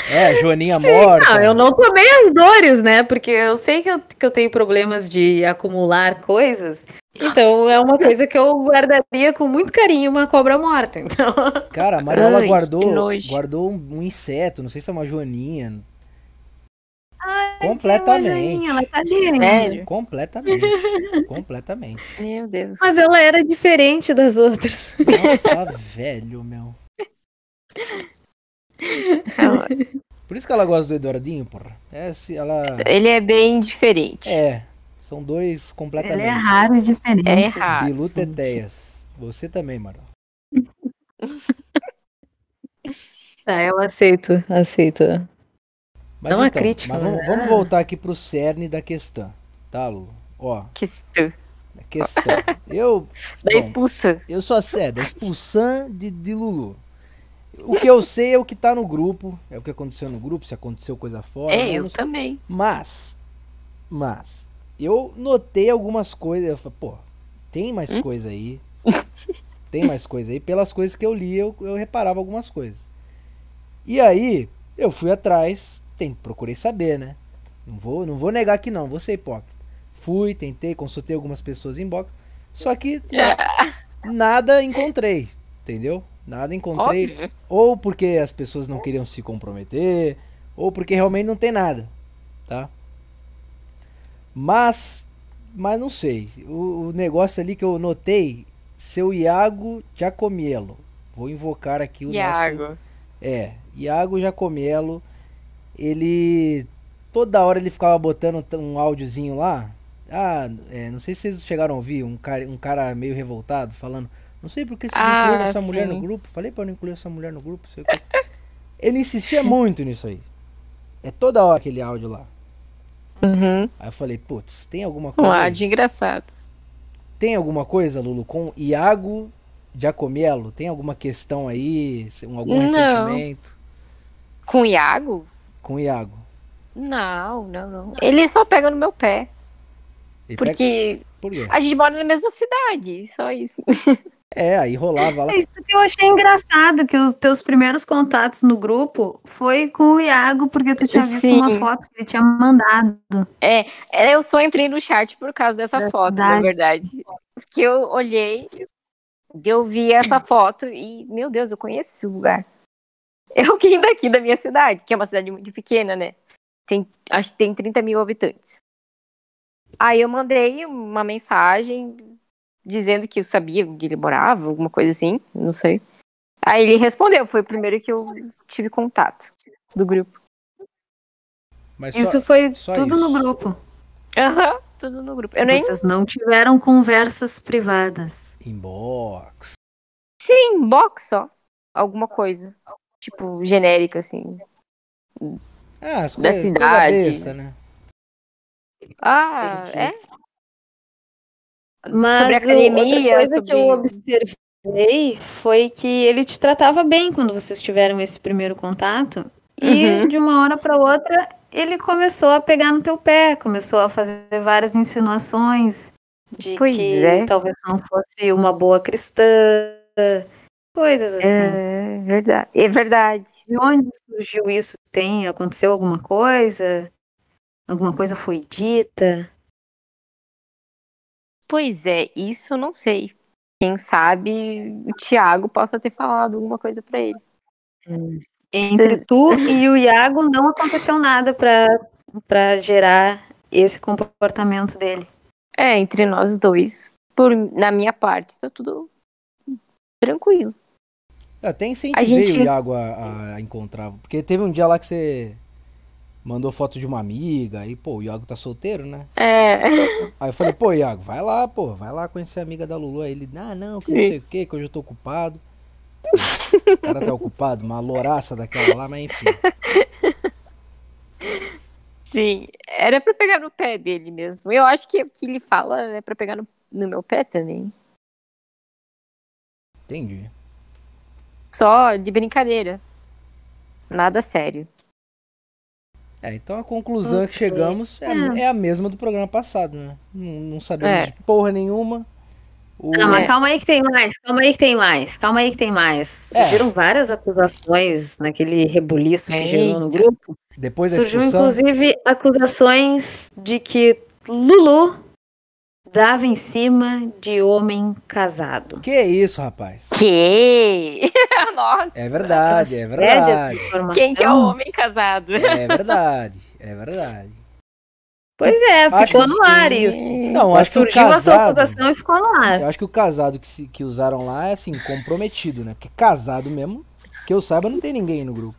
[SPEAKER 1] É, Joaninha morta.
[SPEAKER 2] Não, eu não tomei as dores, né? Porque eu sei que eu, que eu tenho problemas de acumular coisas. Então é uma coisa que eu guardaria com muito carinho uma cobra morta. Então,
[SPEAKER 1] Cara, a Mariola
[SPEAKER 4] Ai, que
[SPEAKER 1] guardou,
[SPEAKER 4] nojo.
[SPEAKER 1] guardou um, um inseto, não sei se é uma joaninha. é
[SPEAKER 2] tinha uma
[SPEAKER 1] completamente.
[SPEAKER 2] joaninha, ela tá ali ainda.
[SPEAKER 4] Sério?
[SPEAKER 1] Completamente. completamente.
[SPEAKER 4] Meu Deus.
[SPEAKER 2] Mas ela era diferente das outras.
[SPEAKER 1] Nossa, velho, meu. Por isso que ela gosta do Eduardinho, porra. É, se ela.
[SPEAKER 4] Ele é bem diferente.
[SPEAKER 1] É. São dois
[SPEAKER 5] Ele
[SPEAKER 1] completamente.
[SPEAKER 5] é raro e diferente.
[SPEAKER 4] É errado.
[SPEAKER 1] Bilu Teteias. Você também, Mariola.
[SPEAKER 2] Tá, eu aceito, aceito.
[SPEAKER 1] Mas
[SPEAKER 2] Não é
[SPEAKER 1] então,
[SPEAKER 2] crítica,
[SPEAKER 1] mas vamos,
[SPEAKER 2] né?
[SPEAKER 1] vamos voltar aqui pro cerne da questão, tá, Lu? Ó,
[SPEAKER 4] Que estu-
[SPEAKER 1] a questão. Eu.
[SPEAKER 4] Da
[SPEAKER 1] bom,
[SPEAKER 4] expulsão.
[SPEAKER 1] Eu sou a Sé, da expulsão de, de Lulu. O que eu sei é o que tá no grupo, é o que aconteceu no grupo, se aconteceu coisa fora.
[SPEAKER 4] É,
[SPEAKER 1] né,
[SPEAKER 4] eu
[SPEAKER 1] não sei.
[SPEAKER 4] também.
[SPEAKER 1] Mas, mas, eu notei algumas coisas, eu falei, pô, tem mais coisa aí. tem mais coisa aí. Pelas coisas que eu li, eu, eu reparava algumas coisas. E aí, eu fui atrás, tem, procurei saber, né? Não vou, não vou negar que não, vou ser hipócrita. Fui, tentei, consultei algumas pessoas em box, só que na- nada encontrei, entendeu? Nada encontrei
[SPEAKER 4] Óbvio.
[SPEAKER 1] ou porque as pessoas não queriam se comprometer, ou porque realmente não tem nada, tá? Mas, mas não sei. O, o negócio ali que eu notei, seu Iago Giacomiello. Vou invocar aqui o nosso.
[SPEAKER 4] Iago.
[SPEAKER 1] É, Iago Giacomiello. Ele. Toda hora ele ficava botando t- um áudiozinho lá. Ah, é, não sei se vocês chegaram a ouvir um cara, um cara meio revoltado falando. Não sei por que vocês
[SPEAKER 4] Ah,
[SPEAKER 1] incluíram essa mulher no
[SPEAKER 4] sim.
[SPEAKER 1] grupo. Falei pra eu não incluir essa mulher no grupo. Sei o quê. Ele insistia muito nisso aí. É toda hora aquele áudio lá.
[SPEAKER 4] Uhum.
[SPEAKER 1] Aí eu falei, putz, tem alguma
[SPEAKER 4] Um
[SPEAKER 1] coisa?
[SPEAKER 4] áudio engraçado.
[SPEAKER 1] Tem alguma coisa, Lulu, com Iago Giacomello? Tem alguma questão aí? Se- um- Algum
[SPEAKER 4] Não.
[SPEAKER 1] ressentimento
[SPEAKER 4] Com o Iago?
[SPEAKER 1] com o Iago?
[SPEAKER 4] Não, não, não. Ele só pega no meu pé.
[SPEAKER 1] Ele pega-
[SPEAKER 4] Porque
[SPEAKER 1] Por quê?
[SPEAKER 4] a gente mora na mesma cidade, só isso.
[SPEAKER 1] É, aí rolava lá.
[SPEAKER 2] É isso que eu achei engraçado, que os teus primeiros contatos no grupo foi com o Iago, porque tu tinha visto
[SPEAKER 4] Sim.
[SPEAKER 2] uma foto que ele tinha mandado.
[SPEAKER 4] É, Eu só entrei no chat por causa dessa foto, na verdade. Porque eu olhei, eu vi essa foto e, meu Deus, eu conheço esse lugar. É alguém daqui da minha cidade, que é uma cidade muito pequena, né? Tem, acho que tem 30 mil habitantes. Aí eu mandei uma mensagem dizendo que eu sabia onde ele morava, alguma coisa assim, não sei. Aí ele respondeu, foi o primeiro que eu tive contato do grupo.
[SPEAKER 1] Mas
[SPEAKER 2] Isso
[SPEAKER 1] só,
[SPEAKER 2] foi
[SPEAKER 1] só
[SPEAKER 2] tudo
[SPEAKER 1] isso.
[SPEAKER 2] no grupo.
[SPEAKER 4] Aham, tudo no grupo. Eu nem
[SPEAKER 2] Vocês não tiveram conversas privadas.
[SPEAKER 1] inbox.
[SPEAKER 4] Sim, box só. Alguma coisa. Tipo, genérica, assim.
[SPEAKER 1] Ah, as
[SPEAKER 4] Da
[SPEAKER 1] coisas coisa
[SPEAKER 4] cidade.
[SPEAKER 1] besta, né?
[SPEAKER 4] Ah,
[SPEAKER 2] Entendi.
[SPEAKER 4] é?
[SPEAKER 2] Mas
[SPEAKER 4] sobre
[SPEAKER 2] o-
[SPEAKER 4] academia,
[SPEAKER 2] outra coisa que eu
[SPEAKER 4] sobre-
[SPEAKER 2] observei foi que ele te tratava bem quando vocês tiveram esse primeiro contato. E
[SPEAKER 4] Uhum.
[SPEAKER 2] de uma hora para outra ele começou a pegar no teu pé, começou a fazer várias insinuações de
[SPEAKER 4] Pois
[SPEAKER 2] que
[SPEAKER 4] é.
[SPEAKER 2] talvez não fosse uma boa cristã, coisas assim.
[SPEAKER 4] É verdade. É verdade.
[SPEAKER 2] De onde surgiu isso? Tem? Aconteceu alguma coisa? Alguma coisa foi dita?
[SPEAKER 4] Pois é, isso eu não sei. Quem sabe o Thiago possa ter falado alguma coisa pra ele.
[SPEAKER 2] Entre tu e o Iago não aconteceu nada pra para gerar esse comportamento dele.
[SPEAKER 4] É, entre nós dois, por, na minha parte, tá tudo tranquilo.
[SPEAKER 1] Até
[SPEAKER 4] A
[SPEAKER 1] incentivei
[SPEAKER 4] gente-
[SPEAKER 1] o Iago a, a encontrar. Porque teve um dia lá que você mandou foto de uma amiga. Aí, pô, o Iago tá solteiro, né?
[SPEAKER 4] É,
[SPEAKER 1] Aí eu falei, pô, Iago, vai lá, pô, vai lá conhecer a amiga da Lulu. Aí ele, ah, não, que não sei o que, que hoje eu tô ocupado. O cara tá ocupado, uma louraça daquela lá, mas enfim.
[SPEAKER 4] sim. Era pra pegar no pé dele mesmo. Eu acho que o que ele fala é pra pegar no, no meu pé também.
[SPEAKER 1] Entendi.
[SPEAKER 4] Só de brincadeira. Nada sério.
[SPEAKER 1] É, então a conclusão que chegamos é,
[SPEAKER 2] Ah.
[SPEAKER 1] a- é a mesma do programa passado, né? Não, não sabemos
[SPEAKER 4] É.
[SPEAKER 1] de porra nenhuma. O-
[SPEAKER 2] Não,
[SPEAKER 4] É.
[SPEAKER 2] mas calma aí que tem mais, calma aí que tem mais, calma aí que tem mais.
[SPEAKER 1] É.
[SPEAKER 2] Surgiram várias acusações naquele rebuliço que gerou no
[SPEAKER 4] Eita.
[SPEAKER 2] grupo.
[SPEAKER 1] Depois da
[SPEAKER 2] Surgiu
[SPEAKER 1] expulsão,
[SPEAKER 2] inclusive acusações de que Lulu dava em cima de homem casado.
[SPEAKER 1] que isso, rapaz?
[SPEAKER 4] Que? Nossa!
[SPEAKER 1] É verdade, é
[SPEAKER 2] Ela cede essa
[SPEAKER 1] verdade.
[SPEAKER 2] informação.
[SPEAKER 4] Quem que é o homem casado?
[SPEAKER 1] É verdade, é verdade.
[SPEAKER 2] Pois é,
[SPEAKER 1] Acho
[SPEAKER 2] ficou
[SPEAKER 1] que
[SPEAKER 2] no ar isso.
[SPEAKER 1] Não, acho que o
[SPEAKER 2] Surgiu a sua
[SPEAKER 1] casado- É.
[SPEAKER 2] acusação né? e ficou no ar.
[SPEAKER 1] Eu acho que o casado que, se- que usaram lá é assim, comprometido, né? Porque casado mesmo, que eu saiba, não tem ninguém no grupo.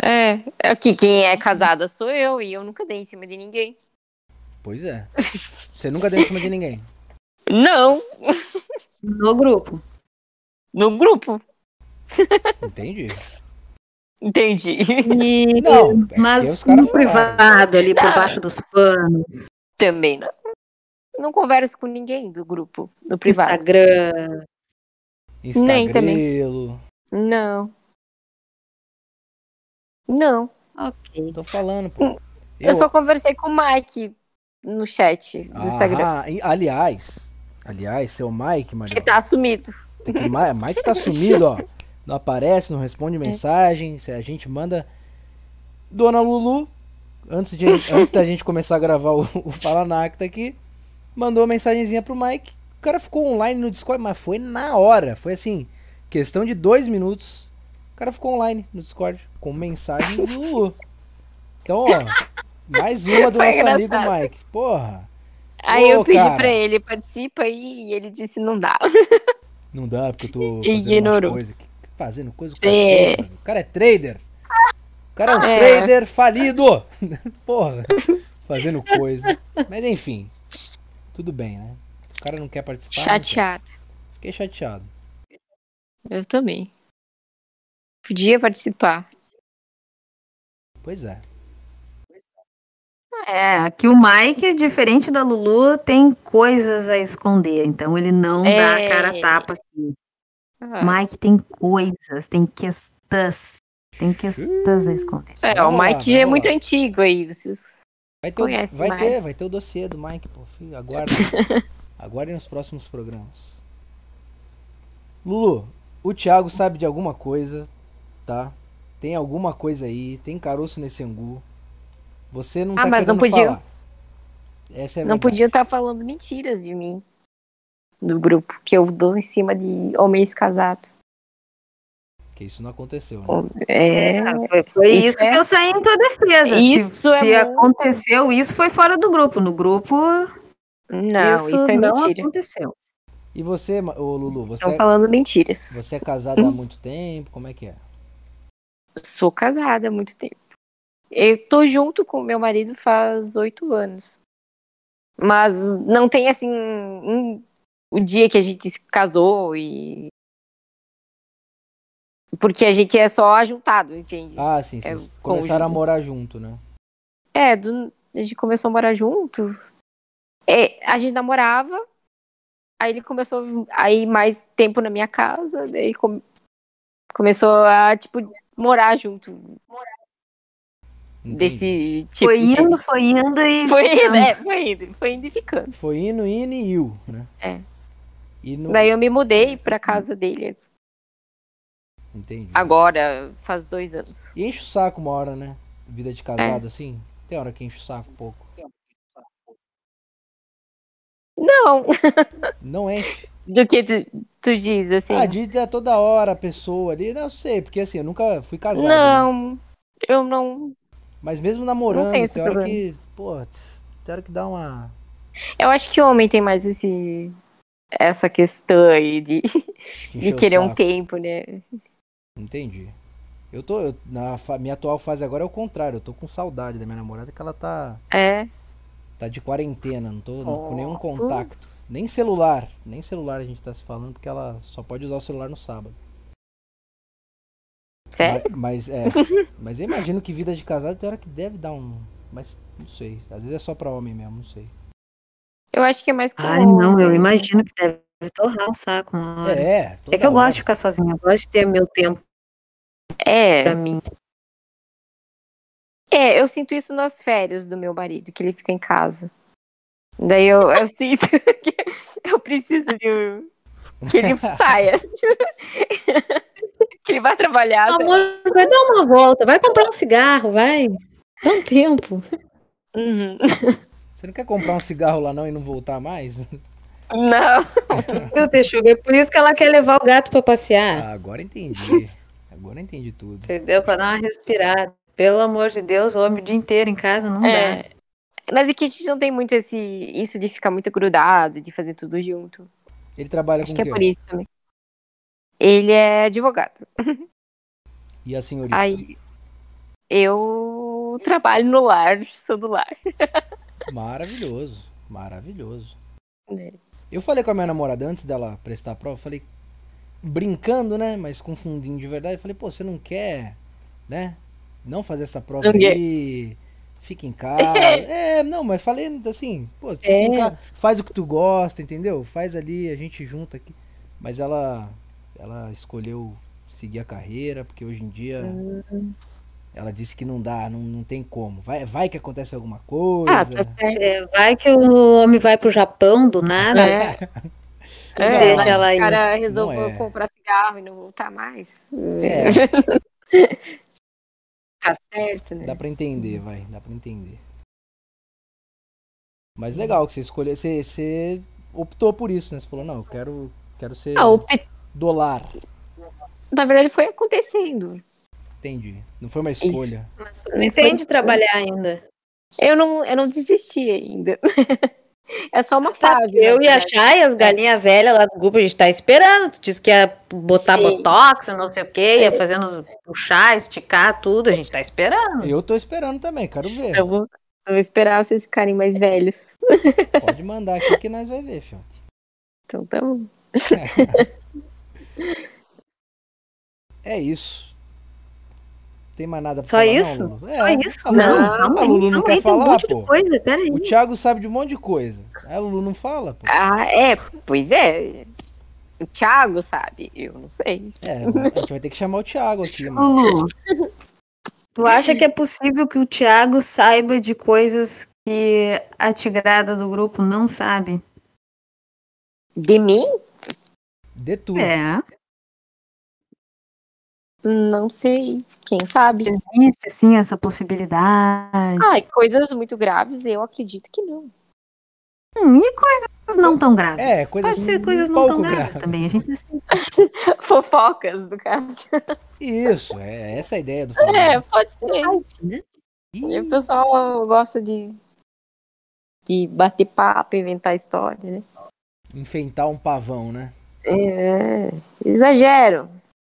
[SPEAKER 4] É, é que quem é casada sou eu e eu nunca dei em cima de ninguém.
[SPEAKER 1] Pois é. Você nunca deu em cima de ninguém.
[SPEAKER 4] Não,
[SPEAKER 2] No grupo.
[SPEAKER 4] no grupo.
[SPEAKER 1] Entendi.
[SPEAKER 4] Entendi.
[SPEAKER 2] E-
[SPEAKER 1] Não, é que os
[SPEAKER 2] mas
[SPEAKER 1] caras
[SPEAKER 2] no
[SPEAKER 1] falaram.
[SPEAKER 2] privado, ali por
[SPEAKER 4] Tá.
[SPEAKER 2] baixo dos panos,
[SPEAKER 4] Também não. Não converso com ninguém do grupo, do privado.
[SPEAKER 2] Instagram.
[SPEAKER 4] Nem também.
[SPEAKER 1] Instagrelo.
[SPEAKER 4] Não. Não.
[SPEAKER 2] Ok.
[SPEAKER 1] Tô falando, pô.
[SPEAKER 4] Eu... só conversei com o Mike no chat do
[SPEAKER 1] Ah,
[SPEAKER 4] Instagram.
[SPEAKER 1] e- aliás, aliás, seu Mike, Maria.
[SPEAKER 4] Que tá assumido.
[SPEAKER 1] Tem que, Ma- Mike tá sumido, ó. Não aparece, não
[SPEAKER 4] É.
[SPEAKER 1] responde mensagem. Se a gente manda. Dona Lulu, antes, de, antes da gente começar a gravar o, o Fala Nacta aqui, mandou uma mensagenzinha pro Mike. O cara ficou online no Discord, mas foi na hora. Foi assim, questão de dois minutos. O cara ficou online no Discord com mensagem do Lulu. Então, ó, mais uma do
[SPEAKER 4] Foi
[SPEAKER 1] nosso amigo
[SPEAKER 4] engraçado.
[SPEAKER 1] Mike. Porra,
[SPEAKER 4] Aí
[SPEAKER 1] Ô,
[SPEAKER 4] eu pedi
[SPEAKER 1] cara.
[SPEAKER 4] pra ele, participa aí, e ele disse não dá.
[SPEAKER 1] não dá porque eu tô
[SPEAKER 4] E
[SPEAKER 1] fazendo umas
[SPEAKER 4] ignorou.
[SPEAKER 1] coisas aqui. Fazendo coisa com
[SPEAKER 4] É.
[SPEAKER 1] é. O cara é trader. O cara é um
[SPEAKER 4] É.
[SPEAKER 1] trader falido. Porra, fazendo coisa. Mas enfim, tudo bem, né? O cara não quer participar. não quer.
[SPEAKER 4] Chateado.
[SPEAKER 1] Fiquei chateado.
[SPEAKER 4] Eu também. Podia participar.
[SPEAKER 1] Pois é.
[SPEAKER 2] É, aqui o Mike, diferente da Lulu, tem coisas a esconder, então ele não dá a cara a
[SPEAKER 4] É.
[SPEAKER 2] tapa.
[SPEAKER 4] Ah.
[SPEAKER 2] Mike tem coisas, tem questões, tem questões a esconder.
[SPEAKER 4] É,
[SPEAKER 1] Vamos
[SPEAKER 4] o
[SPEAKER 1] lá,
[SPEAKER 4] Mike já é
[SPEAKER 1] vamos
[SPEAKER 4] muito
[SPEAKER 1] lá.
[SPEAKER 4] antigo aí. Vocês...
[SPEAKER 1] Vai ter, o,
[SPEAKER 4] Conhece
[SPEAKER 1] vai,
[SPEAKER 4] mais.
[SPEAKER 1] ter, vai ter o dossiê do Mike, pô. Filho, aguarda. Aguardem os próximos programas. Lulu, o Thiago sabe de alguma coisa, tá? Tem alguma coisa aí, tem caroço nesse angu. Você não
[SPEAKER 4] Ah,
[SPEAKER 1] tá
[SPEAKER 4] mas não
[SPEAKER 1] querendo
[SPEAKER 4] podia.
[SPEAKER 1] falar. Essa é a
[SPEAKER 4] não
[SPEAKER 1] verdade.
[SPEAKER 4] podiam estar falando mentiras de mim. Do grupo, que eu dou em cima de homens casados.
[SPEAKER 1] Porque isso não aconteceu, né?
[SPEAKER 4] É,
[SPEAKER 2] Foi, foi
[SPEAKER 4] isso
[SPEAKER 2] isso,
[SPEAKER 4] é-
[SPEAKER 2] que eu saí em tua defesa. Se-
[SPEAKER 4] Isso
[SPEAKER 2] se
[SPEAKER 4] é muito-
[SPEAKER 2] aconteceu, isso foi fora do grupo. No grupo,
[SPEAKER 4] não, isso,
[SPEAKER 2] isso,
[SPEAKER 4] é
[SPEAKER 2] não
[SPEAKER 4] mentira.
[SPEAKER 2] aconteceu.
[SPEAKER 1] E você, ma- ô Lulu, você,
[SPEAKER 4] Estão falando mentiras.
[SPEAKER 1] você é casada há muito tempo? Como é que é?
[SPEAKER 4] Sou casada há muito tempo. Eu tô junto com meu marido faz oito anos. Mas não tem assim um- o dia que a gente se casou e. Porque a gente é só ajuntado, entende?
[SPEAKER 1] Ah, sim, vocês
[SPEAKER 4] É,
[SPEAKER 1] começaram a
[SPEAKER 4] cônjuge.
[SPEAKER 1] morar junto, né?
[SPEAKER 4] É, do- a gente começou a morar junto. É, a gente namorava. Aí ele começou a ir mais tempo na minha casa. Daí come- começou a, tipo, morar junto. desse tipo.
[SPEAKER 5] Foi
[SPEAKER 4] de-
[SPEAKER 5] indo, foi indo e.
[SPEAKER 4] Foi indo, é, foi indo, foi indo e ficando.
[SPEAKER 1] Foi hino, hino e you, né?
[SPEAKER 4] É.
[SPEAKER 1] E não...
[SPEAKER 4] Daí eu me mudei pra casa dele
[SPEAKER 1] Entendi.
[SPEAKER 4] agora, faz dois anos.
[SPEAKER 1] E enche o saco uma hora, né? Vida de
[SPEAKER 4] É.
[SPEAKER 1] casado, assim. Tem hora que enche o saco um pouco.
[SPEAKER 4] Não,
[SPEAKER 1] Não enche.
[SPEAKER 4] do que tu, tu diz, assim.
[SPEAKER 1] Ah, de é toda hora a pessoa ali. Não sei, porque assim, eu nunca fui casado. né?
[SPEAKER 4] não, eu não.
[SPEAKER 1] Mas mesmo namorando,
[SPEAKER 4] Não tem
[SPEAKER 1] tem,
[SPEAKER 4] esse
[SPEAKER 1] hora
[SPEAKER 4] problema.
[SPEAKER 1] que. Pô, tss, tem hora que dá uma.
[SPEAKER 4] Eu acho que homem tem mais esse. Essa questão aí de, de
[SPEAKER 1] encher o
[SPEAKER 4] querer um
[SPEAKER 1] saco.
[SPEAKER 4] tempo, né?
[SPEAKER 1] Entendi. Eu tô. eu- na fa- minha atual fase agora é o contrário. Eu tô com saudade da minha namorada que ela tá,
[SPEAKER 4] É.
[SPEAKER 1] tá de quarentena. Não tô não- com nenhum
[SPEAKER 4] Oh.
[SPEAKER 1] contato. Nem celular. Nem celular a gente tá se falando, porque ela só pode usar o celular no sábado.
[SPEAKER 4] Sério?
[SPEAKER 1] Mas, mas é. mas eu imagino que vida de casado tem hora que deve dar um. Mas não sei. Às vezes é só pra homem mesmo, não sei.
[SPEAKER 4] Eu acho que é mais com
[SPEAKER 5] Ai, não, eu
[SPEAKER 4] homem.
[SPEAKER 5] imagino que deve
[SPEAKER 2] um
[SPEAKER 5] torrar o saco uma hora. É,
[SPEAKER 1] É, toda
[SPEAKER 5] que eu
[SPEAKER 1] hora.
[SPEAKER 5] gosto de ficar sozinha, eu gosto de ter meu tempo
[SPEAKER 4] É,
[SPEAKER 5] pra mim.
[SPEAKER 4] é, eu sinto isso nas férias do meu marido, que ele fica em casa. Daí eu, eu sinto que eu preciso de um- que ele saia. que ele vá trabalhar. sei lá.
[SPEAKER 2] Amor, vai dar uma volta, vai comprar um cigarro, vai. Dá um tempo.
[SPEAKER 4] Uhum.
[SPEAKER 1] Você não quer comprar um cigarro lá não e não voltar mais?
[SPEAKER 4] Não.
[SPEAKER 2] Meu Texuga, é por isso que ela quer levar o gato pra passear.
[SPEAKER 1] Ah, agora entendi. Agora entendi tudo.
[SPEAKER 2] Entendeu? Pra dar uma respirada. Pelo amor de Deus, o homem o dia inteiro em casa não dá.
[SPEAKER 4] É. Mas é que a gente não tem muito esse, isso de ficar muito grudado, de fazer tudo junto.
[SPEAKER 1] Ele trabalha
[SPEAKER 4] Acho
[SPEAKER 1] com o
[SPEAKER 4] que é
[SPEAKER 1] quê?
[SPEAKER 4] por isso também. Ele é advogado.
[SPEAKER 1] E a senhorita?
[SPEAKER 4] Aí eu trabalho no lar, sou do lar.
[SPEAKER 1] Maravilhoso, maravilhoso.
[SPEAKER 4] né?
[SPEAKER 1] Eu falei com a minha namorada antes dela prestar a prova, falei, brincando, né? Mas confundindo de verdade, falei, pô, você não quer, né? Não fazer essa prova
[SPEAKER 4] Não quer.
[SPEAKER 1] aí, fica em casa. é, não, mas falei assim, pô, fica
[SPEAKER 4] É.
[SPEAKER 1] em casa, faz o que tu gosta, entendeu? Faz ali, a gente junta aqui. Mas ela, ela escolheu seguir a carreira, porque hoje em dia.
[SPEAKER 4] Ah.
[SPEAKER 1] Ela disse que não dá, não, não tem como. Vai, vai que acontece alguma coisa.
[SPEAKER 4] Ah, tá certo.
[SPEAKER 2] É, vai que o homem vai pro Japão do nada,
[SPEAKER 4] É.
[SPEAKER 2] não
[SPEAKER 4] É,
[SPEAKER 2] deixa ela
[SPEAKER 4] O
[SPEAKER 2] aí.
[SPEAKER 4] cara resolveu
[SPEAKER 1] é.
[SPEAKER 4] comprar cigarro e não voltar mais.
[SPEAKER 1] É.
[SPEAKER 4] Tá certo, né?
[SPEAKER 1] Dá pra entender, vai, dá pra entender. Mas legal que você escolheu, você, você optou por isso, né? Você falou, não, eu quero, quero ser
[SPEAKER 4] Ah, o Pe-
[SPEAKER 1] dolar.
[SPEAKER 4] na verdade, foi acontecendo.
[SPEAKER 1] Entendi. Não foi uma escolha.
[SPEAKER 2] Mas tu não entende trabalhar ainda.
[SPEAKER 4] Eu não, eu não desisti ainda. é só uma
[SPEAKER 2] Tá,
[SPEAKER 4] fase. né?
[SPEAKER 2] eu
[SPEAKER 4] na
[SPEAKER 2] e a
[SPEAKER 4] verdade.
[SPEAKER 2] Chay, as galinhas velhas lá do grupo, a gente tá esperando. Tu disse que ia botar
[SPEAKER 4] Sim.
[SPEAKER 2] botox, não sei o quê, ia fazendo puxar, esticar, tudo. A gente tá esperando.
[SPEAKER 1] Eu tô esperando também, quero
[SPEAKER 2] é
[SPEAKER 1] ver.
[SPEAKER 2] um-
[SPEAKER 4] Eu vou, eu vou esperar vocês ficarem mais velhos.
[SPEAKER 1] Pode mandar aqui que nós vai ver, filho.
[SPEAKER 4] Então tá bom.
[SPEAKER 1] É isso. Tem mais nada pra
[SPEAKER 2] Só
[SPEAKER 1] falar,
[SPEAKER 2] isso?
[SPEAKER 1] não, Lulu? É,
[SPEAKER 2] Só isso?
[SPEAKER 1] a Lulu-
[SPEAKER 2] Não,
[SPEAKER 1] a
[SPEAKER 2] calma aí,
[SPEAKER 1] Ah, Lulu não
[SPEAKER 2] calma
[SPEAKER 1] quer
[SPEAKER 2] aí, tem um
[SPEAKER 1] falar,
[SPEAKER 2] monte de
[SPEAKER 1] pô.
[SPEAKER 2] coisa, peraí.
[SPEAKER 1] O Thiago sabe de um monte de coisa. Aí A Lulu não fala, pô.
[SPEAKER 4] Ah, é, pois é. O Thiago sabe, eu não sei.
[SPEAKER 1] É, a gente vai ter que chamar o Thiago aqui, mano.
[SPEAKER 2] Lulu, tu acha que é possível que o Thiago saiba de coisas que a tigrada do grupo não sabe?
[SPEAKER 4] De mim?
[SPEAKER 1] Dê tudo.
[SPEAKER 2] É,
[SPEAKER 4] Não sei. Quem sabe?
[SPEAKER 2] existe assim essa possibilidade.
[SPEAKER 4] Ah, coisas muito graves, eu acredito que não.
[SPEAKER 2] Hum, e coisas não tão graves.
[SPEAKER 1] É, coisas
[SPEAKER 2] Pode ser
[SPEAKER 1] um
[SPEAKER 2] coisas não tão
[SPEAKER 1] pouco graves.
[SPEAKER 2] graves também. A gente assim,
[SPEAKER 4] Fofocas, no caso.
[SPEAKER 1] Isso, é essa é a ideia do
[SPEAKER 4] É,
[SPEAKER 1] Flamengo.
[SPEAKER 4] pode ser.
[SPEAKER 2] né?
[SPEAKER 1] Ih,
[SPEAKER 4] O pessoal gosta de, de bater papo, inventar história, né?
[SPEAKER 1] enfeitar um pavão, né?
[SPEAKER 4] É, exagero.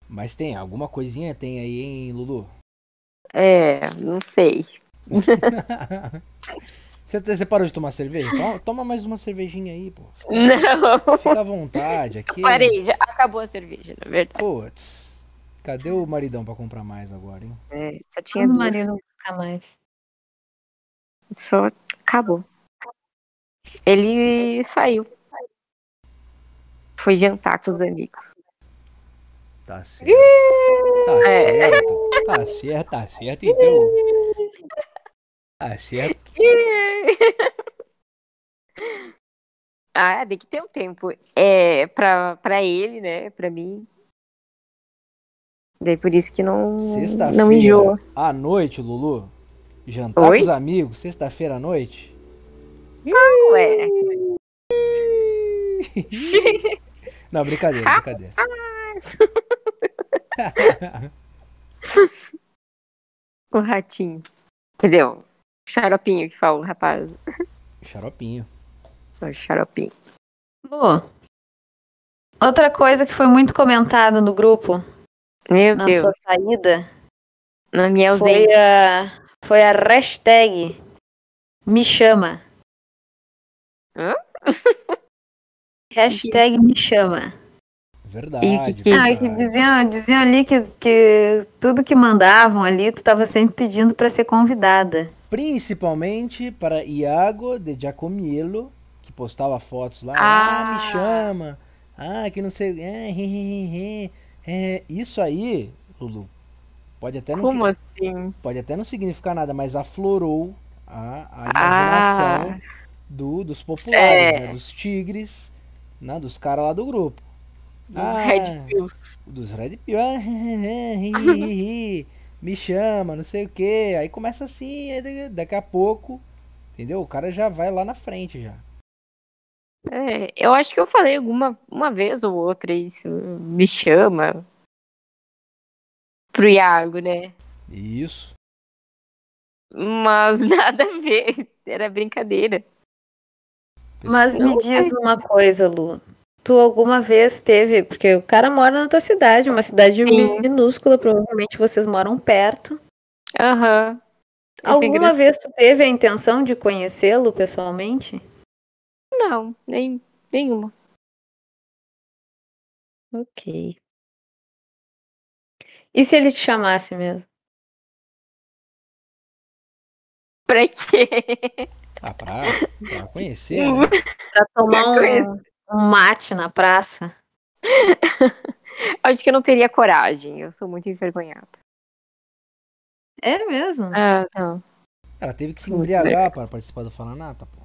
[SPEAKER 1] Mas tem, alguma coisinha tem aí, hein, Lulu?
[SPEAKER 4] É, não sei.
[SPEAKER 1] Você, você parou de tomar cerveja? Toma, toma mais uma cervejinha aí, pô.
[SPEAKER 4] Não.
[SPEAKER 1] Fica à vontade aqui.
[SPEAKER 4] Parei, já acabou a cerveja, na verdade.
[SPEAKER 1] Putz, cadê o maridão pra comprar mais agora, hein?
[SPEAKER 4] É, só tinha
[SPEAKER 2] Quando o
[SPEAKER 4] duas.
[SPEAKER 2] marido não buscar mais.
[SPEAKER 4] Só acabou. Ele saiu. Foi jantar com os amigos. É.
[SPEAKER 1] Tá certo. Tá certo. Tá certo, tá certo. Então, Achei a
[SPEAKER 4] Ah, tem que ter um tempo. É, pra, pra ele, né? Pra mim. Daí por isso que não, não enjoa.
[SPEAKER 1] sexta-feira à noite, Lulu. Jantar
[SPEAKER 4] Oi?
[SPEAKER 1] com os amigos, sexta-feira à noite.
[SPEAKER 4] Ué,
[SPEAKER 1] Não, brincadeira, brincadeira.
[SPEAKER 4] o ratinho. Quer dizer, o xaropinho que fala, o rapaz.
[SPEAKER 1] Xaropinho.
[SPEAKER 4] O xaropinho.
[SPEAKER 2] Lu, outra coisa que foi muito comentada no grupo,
[SPEAKER 4] Meu
[SPEAKER 2] na
[SPEAKER 4] Deus,
[SPEAKER 2] sua saída,
[SPEAKER 4] na minha ausência.
[SPEAKER 2] foi a, foi a hashtag Me Chama.
[SPEAKER 4] Hã?
[SPEAKER 2] hashtag Me Chama.
[SPEAKER 1] Verdade.
[SPEAKER 4] E que que é
[SPEAKER 2] Ah, que
[SPEAKER 1] verdade.
[SPEAKER 2] diziam, diziam ali que, que tudo que mandavam ali, tu tava sempre pedindo pra ser convidada.
[SPEAKER 1] Principalmente para Iago de Giacomiello, que postava fotos lá. Ah,
[SPEAKER 4] Ah.
[SPEAKER 1] me chama. Ah, que não sei. É, ri, ri, ri, ri. É, isso aí, Lulu, pode até não,
[SPEAKER 4] Como assim?
[SPEAKER 1] pode até não significar nada, mas aflorou a, a
[SPEAKER 4] Ah.
[SPEAKER 1] imaginação do, dos populares,
[SPEAKER 4] É.
[SPEAKER 1] né, dos tigres, né, dos caras lá do grupo.
[SPEAKER 4] Dos
[SPEAKER 1] Ah.
[SPEAKER 4] Red Pills.
[SPEAKER 1] Dos Red Pill. Ah, ri, ri, ri, Me chama, não sei o que. Aí começa assim, aí da- daqui a pouco, entendeu? O cara já vai lá na frente já.
[SPEAKER 4] É, eu acho que eu falei alguma uma vez ou outra isso. Me chama. Pro Iago, né?
[SPEAKER 1] Isso.
[SPEAKER 4] Mas nada a ver. Era brincadeira.
[SPEAKER 2] Mas me
[SPEAKER 4] Não,
[SPEAKER 2] diz uma coisa, Lu. Tu alguma vez teve, porque o cara mora na tua cidade, uma cidade
[SPEAKER 4] Sim.
[SPEAKER 2] minúscula, provavelmente vocês moram perto.
[SPEAKER 4] Aham. Esse
[SPEAKER 2] Alguma
[SPEAKER 4] engra-
[SPEAKER 2] vez tu teve a intenção de conhecê-lo pessoalmente?
[SPEAKER 4] Não, nem, nenhuma.
[SPEAKER 2] Ok. E se ele te chamasse mesmo?
[SPEAKER 4] Pra quê?
[SPEAKER 1] Ah, pra, pra conhecer, né?
[SPEAKER 2] Pra tomar
[SPEAKER 4] Pra
[SPEAKER 2] um, um mate na praça?
[SPEAKER 4] Acho que eu não teria coragem. Eu sou muito envergonhada.
[SPEAKER 2] É mesmo?
[SPEAKER 4] Ah, não.
[SPEAKER 1] Ela teve que se embriagar para participar do Falanata, pô.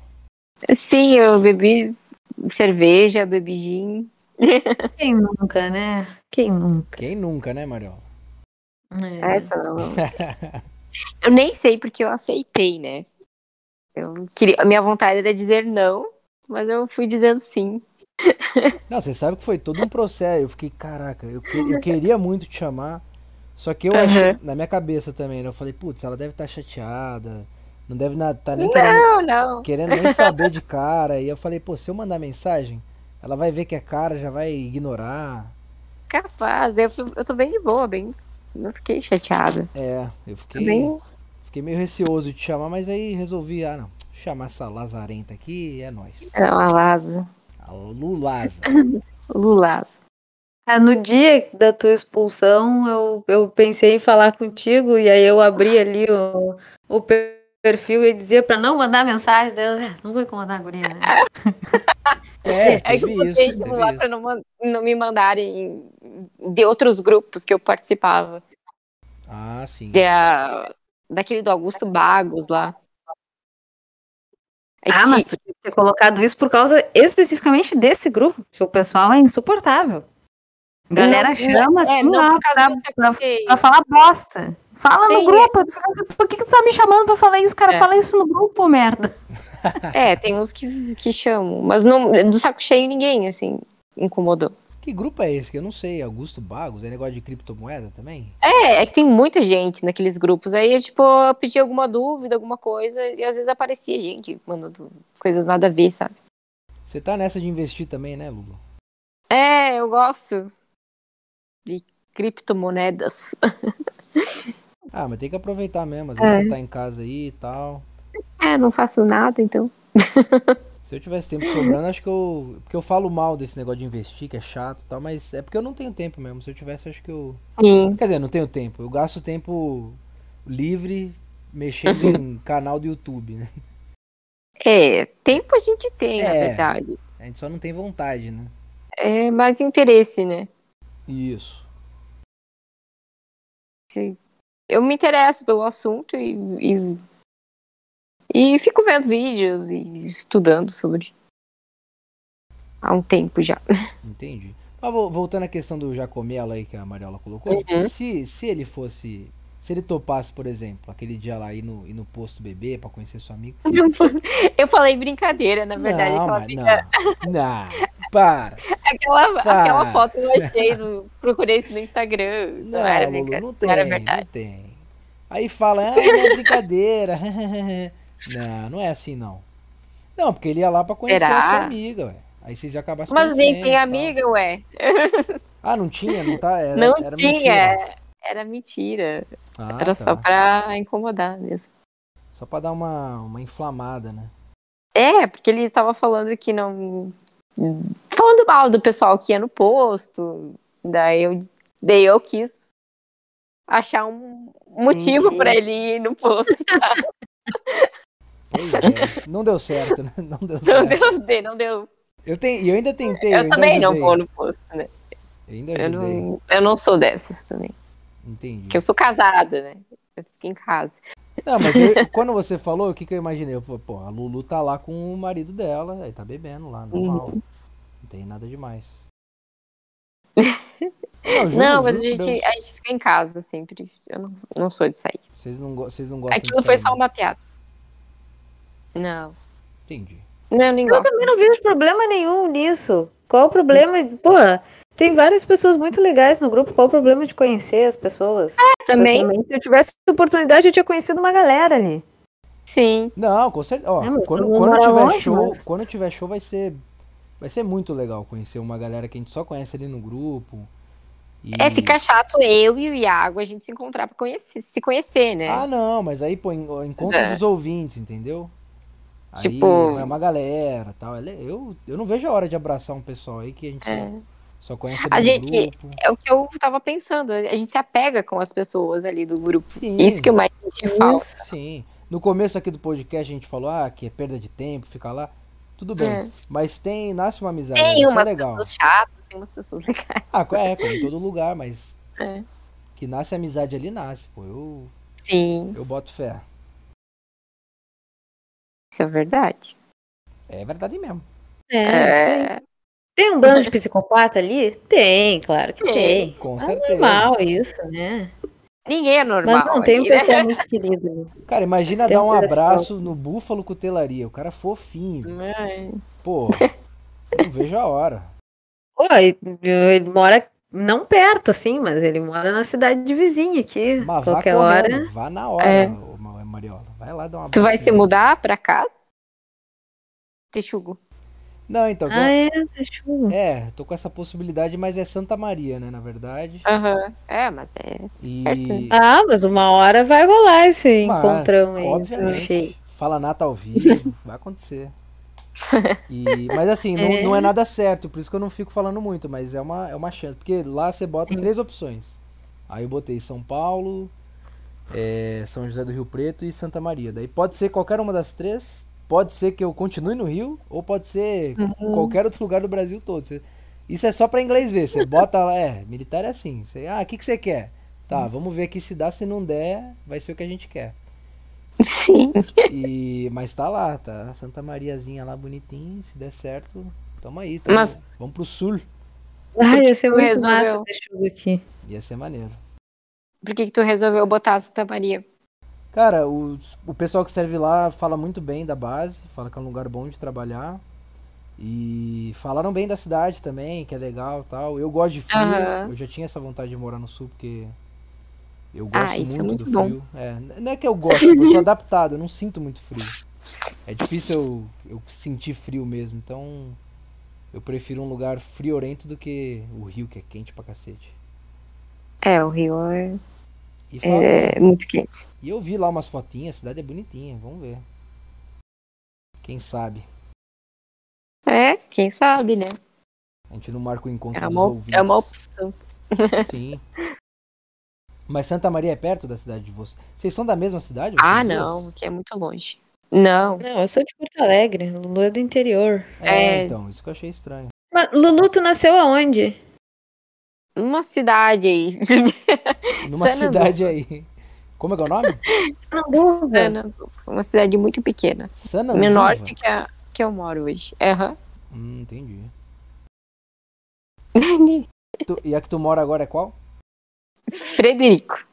[SPEAKER 4] Sim, eu bebi cerveja, bebi gin.
[SPEAKER 2] Quem nunca, né? Quem nunca?
[SPEAKER 1] Quem nunca, né, Mariola?
[SPEAKER 2] É.
[SPEAKER 4] Essa não. Eu nem sei porque eu aceitei, né? Eu queria... A minha vontade era dizer não, mas eu fui dizendo sim.
[SPEAKER 1] Não, você sabe que foi todo um processo. Eu fiquei, caraca, eu, que- eu queria muito te chamar. Só que eu
[SPEAKER 4] Aham.
[SPEAKER 1] achei, na minha cabeça também, né? Eu falei, putz, ela deve estar chateada. Não deve estar nem querendo
[SPEAKER 4] Não, não.
[SPEAKER 1] querendo nem saber de cara. E eu falei, pô, se eu mandar mensagem, ela vai ver que é cara, já vai ignorar.
[SPEAKER 4] Capaz. Eu, fui- eu tô bem de boa, bem. Não fiquei chateada.
[SPEAKER 1] É, eu
[SPEAKER 4] Tô
[SPEAKER 1] fiquei,
[SPEAKER 4] bem.
[SPEAKER 1] fiquei meio receoso de chamar, mas aí resolvi, ah não, chamar essa lazarenta aqui, é nóis.
[SPEAKER 4] É uma lasa.
[SPEAKER 1] A Lulaza.
[SPEAKER 4] Lulaza.
[SPEAKER 2] Ah, no dia da tua expulsão, eu, eu pensei em falar contigo, e aí eu abri ali o, o per- perfil e dizia pra não mandar mensagem, daí eu, "Ah, não vou incomodar a guria, né?"
[SPEAKER 1] É,
[SPEAKER 4] É que
[SPEAKER 1] teve
[SPEAKER 4] eu
[SPEAKER 1] isso,
[SPEAKER 4] botei de
[SPEAKER 1] teve
[SPEAKER 4] lá
[SPEAKER 1] isso.
[SPEAKER 4] pra não, man- não me mandarem de outros grupos que eu participava.
[SPEAKER 1] Ah, sim.
[SPEAKER 4] Da, daquele do Augusto Bagos lá. Aí
[SPEAKER 2] Ah,
[SPEAKER 4] ti-
[SPEAKER 2] mas tu tinha que ter colocado isso por causa especificamente desse grupo, porque o pessoal é insuportável. A galera
[SPEAKER 4] Não,
[SPEAKER 2] chama
[SPEAKER 4] é,
[SPEAKER 2] assim,
[SPEAKER 4] não,
[SPEAKER 2] ó,
[SPEAKER 4] por causa
[SPEAKER 2] pra,
[SPEAKER 4] do que
[SPEAKER 2] pra-
[SPEAKER 4] aconteceu.
[SPEAKER 2] pra falar bosta. Fala
[SPEAKER 4] Sim,
[SPEAKER 2] no grupo, tu fica assim, por que, que tu tá me chamando pra falar isso, cara?
[SPEAKER 4] É.
[SPEAKER 2] Fala isso no grupo, merda.
[SPEAKER 4] É, tem uns que, que chamam. Mas não, do saco cheio ninguém, assim, incomodou.
[SPEAKER 1] Que grupo é esse que eu não sei? Augusto Bagos? É negócio de criptomoeda também?
[SPEAKER 4] É, é que tem muita gente naqueles grupos. Aí, tipo, eu pedi alguma dúvida, alguma coisa, e às vezes aparecia gente mandando coisas nada a ver, sabe?
[SPEAKER 1] Você tá nessa de investir também, né, Lula?
[SPEAKER 4] É, eu gosto de criptomoedas.
[SPEAKER 1] Ah, mas tem que aproveitar mesmo. Às vezes você tá em casa aí e tal.
[SPEAKER 4] É, não faço nada, então.
[SPEAKER 1] Se eu tivesse tempo sobrando, acho que eu. Porque eu falo mal desse negócio de investir, que é chato e tal, mas é porque eu não tenho tempo mesmo. Se eu tivesse, acho que eu.
[SPEAKER 4] Sim.
[SPEAKER 1] Quer dizer, não tenho tempo. Eu gasto tempo livre mexendo em canal do YouTube, né?
[SPEAKER 4] É, tempo a gente tem, na
[SPEAKER 1] É.
[SPEAKER 4] verdade.
[SPEAKER 1] A gente só não tem vontade, né?
[SPEAKER 4] É mais interesse, né?
[SPEAKER 1] Isso.
[SPEAKER 4] Se- Eu me interesso pelo assunto e, e E fico vendo vídeos e estudando sobre. Há um tempo já.
[SPEAKER 1] Entendi. Mas vo- voltando à questão do Jacomelo aí que a Mariola colocou,
[SPEAKER 4] Uhum.
[SPEAKER 1] se, se ele fosse. Se ele topasse, por exemplo, aquele dia lá ir no, ir no posto bebê pra conhecer seu amigo.
[SPEAKER 4] Eu falei brincadeira, na É verdade.
[SPEAKER 1] não,
[SPEAKER 4] aquela,
[SPEAKER 1] mas
[SPEAKER 4] brinca-
[SPEAKER 1] não. Não, para.
[SPEAKER 4] aquela,
[SPEAKER 1] Tá.
[SPEAKER 4] aquela foto eu achei, no- procurei isso no Instagram.
[SPEAKER 1] Não,
[SPEAKER 4] era
[SPEAKER 1] Lulu,
[SPEAKER 4] brincadeira,
[SPEAKER 1] não
[SPEAKER 4] não era
[SPEAKER 1] tem,
[SPEAKER 4] verdade.
[SPEAKER 1] não tem. Aí fala, ah, é brincadeira. não, não é assim não. Não, porque ele ia lá pra conhecer a sua
[SPEAKER 4] Será?
[SPEAKER 1] amiga, ué. Aí vocês iam acabar se
[SPEAKER 4] Mas nem
[SPEAKER 1] conhecendo e
[SPEAKER 4] tem
[SPEAKER 1] tal.
[SPEAKER 4] amiga, ué.
[SPEAKER 1] Ah, não tinha? Não tá? Era,
[SPEAKER 4] não
[SPEAKER 1] era
[SPEAKER 4] tinha.
[SPEAKER 1] mentira.
[SPEAKER 4] Era mentira.
[SPEAKER 1] Ah,
[SPEAKER 4] era
[SPEAKER 1] tá.
[SPEAKER 4] só pra incomodar mesmo.
[SPEAKER 1] Só pra dar uma, uma inflamada, né?
[SPEAKER 4] É, porque ele tava falando que não. Falando mal do pessoal que ia no posto. Daí eu, daí eu quis achar um motivo
[SPEAKER 5] Entendi.
[SPEAKER 4] pra ele ir no posto.
[SPEAKER 1] Pois é. não deu certo, né? Não deu
[SPEAKER 4] Não
[SPEAKER 1] certo.
[SPEAKER 4] então deu, não deu.
[SPEAKER 1] Eu, tenho, eu ainda tentei.
[SPEAKER 4] Eu,
[SPEAKER 1] ainda
[SPEAKER 4] também não
[SPEAKER 1] ajudei.
[SPEAKER 4] vou no posto, né?
[SPEAKER 1] Eu ainda
[SPEAKER 4] Eu
[SPEAKER 1] ajudei.
[SPEAKER 4] não, eu não sou dessas também.
[SPEAKER 1] Entendi.
[SPEAKER 4] Porque eu sou casada, né? Eu fico em casa.
[SPEAKER 1] Não, mas eu- quando você falou, o que, que eu imaginei? Eu falei, pô, a Lulu tá lá com o marido dela, aí tá bebendo lá, normal.
[SPEAKER 4] Uhum.
[SPEAKER 1] Não tem nada demais. Não, juro,
[SPEAKER 4] não, mas a
[SPEAKER 1] juro por
[SPEAKER 4] gente,
[SPEAKER 1] Deus,
[SPEAKER 4] a gente fica em casa sempre. Eu não, não sou de sair.
[SPEAKER 1] Vocês não, go- vocês não gostam
[SPEAKER 4] Aquilo
[SPEAKER 1] de
[SPEAKER 4] foi
[SPEAKER 1] sair,
[SPEAKER 4] só um
[SPEAKER 1] né?
[SPEAKER 4] uma piada. Não.
[SPEAKER 1] Entendi.
[SPEAKER 4] Não, eu nem
[SPEAKER 2] Eu
[SPEAKER 4] gosto.
[SPEAKER 2] também não vejo problema nenhum nisso. Qual o problema? Porra, tem várias pessoas muito legais no grupo. Qual o problema de conhecer as pessoas?
[SPEAKER 4] Ah, Também,
[SPEAKER 2] Pessoalmente, Se eu tivesse oportunidade, eu tinha conhecido uma galera ali.
[SPEAKER 4] sim.
[SPEAKER 1] Não, com certeza. Ó,
[SPEAKER 2] É, mas
[SPEAKER 1] quando,
[SPEAKER 2] todo mundo
[SPEAKER 1] quando
[SPEAKER 2] mora
[SPEAKER 1] tiver
[SPEAKER 2] longe,
[SPEAKER 1] show,
[SPEAKER 2] mas-
[SPEAKER 1] quando tiver show vai ser vai ser muito legal conhecer uma galera que a gente só conhece ali no grupo. E-
[SPEAKER 4] É, fica chato eu e o Iago a gente se encontrar pra conhecer, se conhecer, né?
[SPEAKER 1] Ah, não, mas aí pô, en- encontro
[SPEAKER 4] É.
[SPEAKER 1] dos ouvintes, entendeu? Aí
[SPEAKER 4] Tipo-
[SPEAKER 1] vai uma galera, tal. Ele- Eu, eu não vejo a hora de abraçar um pessoal aí que a gente
[SPEAKER 4] É.
[SPEAKER 1] só, só conhece
[SPEAKER 4] A
[SPEAKER 1] ali no
[SPEAKER 4] gente-
[SPEAKER 1] grupo.
[SPEAKER 4] É o que eu tava pensando. A gente se apega com as pessoas ali do grupo.
[SPEAKER 1] Sim.
[SPEAKER 4] Isso que eu mais senti falta.
[SPEAKER 1] Sim. No começo aqui do podcast a gente falou ah, que é perda de tempo ficar lá. Tudo bem,
[SPEAKER 4] É.
[SPEAKER 1] mas tem, nasce uma amizade,
[SPEAKER 4] Tem
[SPEAKER 1] isso é
[SPEAKER 4] umas
[SPEAKER 1] legal.
[SPEAKER 4] pessoas chatas, tem umas pessoas legais.
[SPEAKER 1] Ah, co- é, como em todo lugar, mas.
[SPEAKER 4] É.
[SPEAKER 1] Que nasce amizade ali, nasce, pô. Eu,
[SPEAKER 4] Sim,
[SPEAKER 1] eu boto fé.
[SPEAKER 4] isso é verdade.
[SPEAKER 1] É verdade mesmo.
[SPEAKER 4] É,
[SPEAKER 2] Tem um bando de psicopata ali? Tem, claro que tem.
[SPEAKER 4] Ah,
[SPEAKER 1] Com
[SPEAKER 2] É
[SPEAKER 1] certeza.
[SPEAKER 2] normal isso, né?
[SPEAKER 4] Ninguém é
[SPEAKER 2] Mas
[SPEAKER 4] normal.
[SPEAKER 2] não, tem um
[SPEAKER 4] ali, né?
[SPEAKER 2] pessoal muito querido ali.
[SPEAKER 1] Cara, imagina
[SPEAKER 2] Tem
[SPEAKER 1] dar um
[SPEAKER 2] um pessoal.
[SPEAKER 1] abraço no Búfalo Cutelaria. O cara fofinho.
[SPEAKER 4] Hum. Ai,
[SPEAKER 1] Pô, não vejo a hora.
[SPEAKER 2] Pô, ele, ele mora não perto, assim, mas ele mora na cidade de vizinha aqui.
[SPEAKER 1] Mas vá
[SPEAKER 2] Qualquer
[SPEAKER 1] correndo,
[SPEAKER 2] hora.
[SPEAKER 1] Vá na hora,
[SPEAKER 4] É.
[SPEAKER 1] ô, Ma- Mariola. Vai lá dar um uma
[SPEAKER 4] Tu vai se mudar pra cá? Texugo.
[SPEAKER 1] Não, então.
[SPEAKER 2] Ah, é, tá chuva.
[SPEAKER 1] É, tô com essa possibilidade, mas é Santa Maria, né, na verdade.
[SPEAKER 4] Aham. É, mas é.
[SPEAKER 1] E
[SPEAKER 2] Ah, mas uma hora vai rolar esse
[SPEAKER 1] Vai,
[SPEAKER 2] encontrão aí. esse
[SPEAKER 1] obviamente.
[SPEAKER 2] cheio.
[SPEAKER 1] Fala Nata ao vivo, vai acontecer. E- mas assim, não não é. nada certo, por isso que eu não fico falando muito, mas é uma, é uma chance. Porque lá você bota três opções. Aí eu botei São Paulo, é, São José do Rio Preto e Santa Maria. Daí pode ser qualquer uma das três, pode ser que eu continue no Rio, ou pode ser qualquer outro lugar do Brasil todo. Você- isso é só pra inglês ver. Você bota lá, é, militar é assim. Você, ah, o que, que você quer? Tá, vamos ver aqui se dá, se não der, vai ser o que a gente quer.
[SPEAKER 4] Sim.
[SPEAKER 1] E, mas tá lá, tá? Santa Mariazinha lá bonitinho, se der certo, tamo aí, tá?
[SPEAKER 4] Mas-
[SPEAKER 1] Vamos pro sul.
[SPEAKER 2] Ai, ia ser
[SPEAKER 4] tu
[SPEAKER 2] muito
[SPEAKER 4] resolveu?
[SPEAKER 2] massa ter chuva aqui.
[SPEAKER 1] Ia ser maneiro.
[SPEAKER 4] Por que, que tu resolveu botar a Santa Maria?
[SPEAKER 1] Cara, os- o pessoal que serve lá fala muito bem da base, fala que é um lugar bom de trabalhar. E falaram bem da cidade também, que é legal e tal. Eu gosto de frio,
[SPEAKER 4] Aham.
[SPEAKER 1] eu já tinha essa vontade de morar no sul, porque eu
[SPEAKER 4] Ah,
[SPEAKER 1] gosto
[SPEAKER 4] isso é
[SPEAKER 1] muito, do
[SPEAKER 4] muito bom.
[SPEAKER 1] frio. É, n- não é que eu gosto, eu sou adaptado, eu não sinto muito frio. É difícil eu, eu sentir frio mesmo, então eu prefiro um lugar friorento do que o rio, que é quente pra cacete.
[SPEAKER 4] É, o Rio é,
[SPEAKER 1] E, fala-
[SPEAKER 4] é muito quente.
[SPEAKER 1] e eu vi lá umas fotinhas, a cidade é bonitinha, vamos ver. Quem sabe?
[SPEAKER 4] É, quem sabe, né?
[SPEAKER 1] A gente não marca o encontro
[SPEAKER 4] É
[SPEAKER 1] dos
[SPEAKER 4] uma,
[SPEAKER 1] ouvintes.
[SPEAKER 4] é uma opção.
[SPEAKER 1] Sim. Mas Santa Maria é perto da cidade de vocês. Vocês são da mesma cidade? vocês
[SPEAKER 4] Ah,
[SPEAKER 1] duas?
[SPEAKER 4] não, que é muito longe. Não.
[SPEAKER 2] Não, eu sou de Porto Alegre, Lulu é do interior.
[SPEAKER 1] É,
[SPEAKER 4] É.
[SPEAKER 1] então, isso que eu achei estranho.
[SPEAKER 2] Mas, Lulu, tu nasceu aonde?
[SPEAKER 4] Uma cidade aí.
[SPEAKER 1] Numa
[SPEAKER 4] Fernando.
[SPEAKER 1] cidade aí. Como é que é o nome?
[SPEAKER 2] Sananduva.
[SPEAKER 4] Pernambuco, uma cidade muito pequena.
[SPEAKER 1] Sananduva.
[SPEAKER 4] Menor do que a que eu moro hoje. Aham.
[SPEAKER 1] Hum, entendi. Tu- e a que tu mora agora é qual?
[SPEAKER 4] Frederico.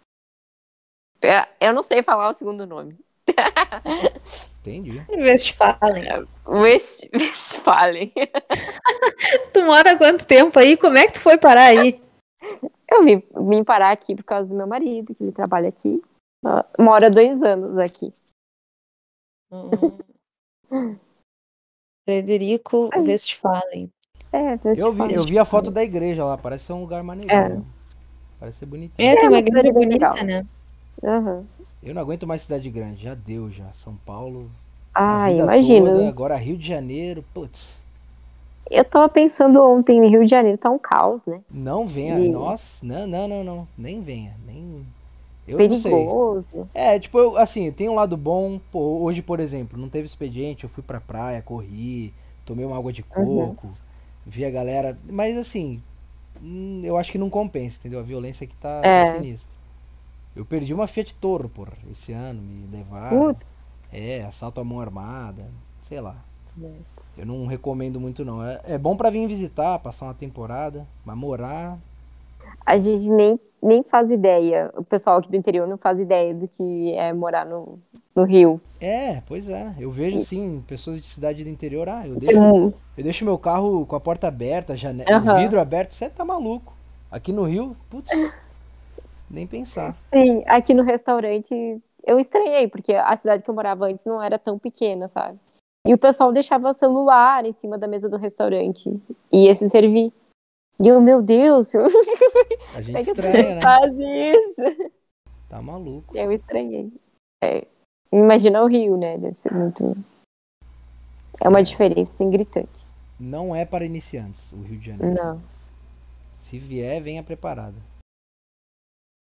[SPEAKER 4] É, Eu não sei falar o segundo nome.
[SPEAKER 1] Entendi.
[SPEAKER 2] Westfalen.
[SPEAKER 4] West- Westfalen.
[SPEAKER 2] Tu mora há quanto tempo aí? Como é que tu foi parar aí?
[SPEAKER 4] Eu vim, vim parar aqui por causa do meu marido, que ele trabalha aqui. Ah, Mora dois anos aqui.
[SPEAKER 2] Frederico Westphalen.
[SPEAKER 4] É,
[SPEAKER 1] Eu vi, eu vi a foto da igreja lá, parece ser um lugar maneiro.
[SPEAKER 4] É.
[SPEAKER 1] né? Parece ser bonitinho.
[SPEAKER 2] É, tem uma
[SPEAKER 4] mas
[SPEAKER 2] igreja
[SPEAKER 4] ele é bem
[SPEAKER 2] bonita,
[SPEAKER 4] legal.
[SPEAKER 2] né?
[SPEAKER 4] Aham.
[SPEAKER 1] Eu não aguento mais cidade grande, já deu já. São Paulo, a
[SPEAKER 4] Ah,
[SPEAKER 1] vida
[SPEAKER 4] imagina.
[SPEAKER 1] toda, agora Rio de Janeiro, putz.
[SPEAKER 4] Eu tava pensando ontem, no Rio de Janeiro tá um caos, né?
[SPEAKER 1] Não venha,
[SPEAKER 4] Sim.
[SPEAKER 1] nossa, não, não, não, não, nem venha, nem... Eu não sei.
[SPEAKER 4] Perigoso.
[SPEAKER 1] É, tipo, eu, assim, tem um lado bom. pô, hoje, por exemplo, não teve expediente, eu fui pra praia, corri, tomei uma água de coco, vi a galera. Mas, assim, hum, eu acho que não compensa, entendeu? A violência aqui tá, tá
[SPEAKER 4] É.
[SPEAKER 1] sinistra. Eu perdi uma Fiat Toro, porra, esse ano, me levaram.
[SPEAKER 4] Putz.
[SPEAKER 1] É, assalto à mão armada, sei lá. Eu não recomendo muito, não. É, é bom pra vir visitar, passar uma temporada, mas morar.
[SPEAKER 4] A gente nem, nem faz ideia. O pessoal aqui do interior não faz ideia do que é morar no, no Rio.
[SPEAKER 1] É, pois é. Eu vejo, assim, pessoas de cidade do interior, ah, eu
[SPEAKER 4] Tem
[SPEAKER 1] deixo.
[SPEAKER 4] um-
[SPEAKER 1] Eu deixo meu carro com a porta aberta, jane...
[SPEAKER 4] Aham.
[SPEAKER 1] o vidro aberto, você tá maluco. Aqui no Rio, putz, nem pensar.
[SPEAKER 4] Sim, aqui no restaurante eu estranhei, porque a cidade que eu morava antes não era tão pequena, sabe? E o pessoal deixava o celular em cima da mesa do restaurante e ia se servir. E eu, meu Deus, como
[SPEAKER 1] A gente
[SPEAKER 4] é que as
[SPEAKER 1] estranha,
[SPEAKER 4] pessoas
[SPEAKER 1] né?
[SPEAKER 4] fazem isso?
[SPEAKER 1] Tá maluco.
[SPEAKER 4] Eu estranhei. É, imagina o Rio, né? Deve ser muito. É uma diferença assim, gritante.
[SPEAKER 1] Não é para iniciantes o Rio de Janeiro.
[SPEAKER 4] Não.
[SPEAKER 1] Se vier, venha preparado.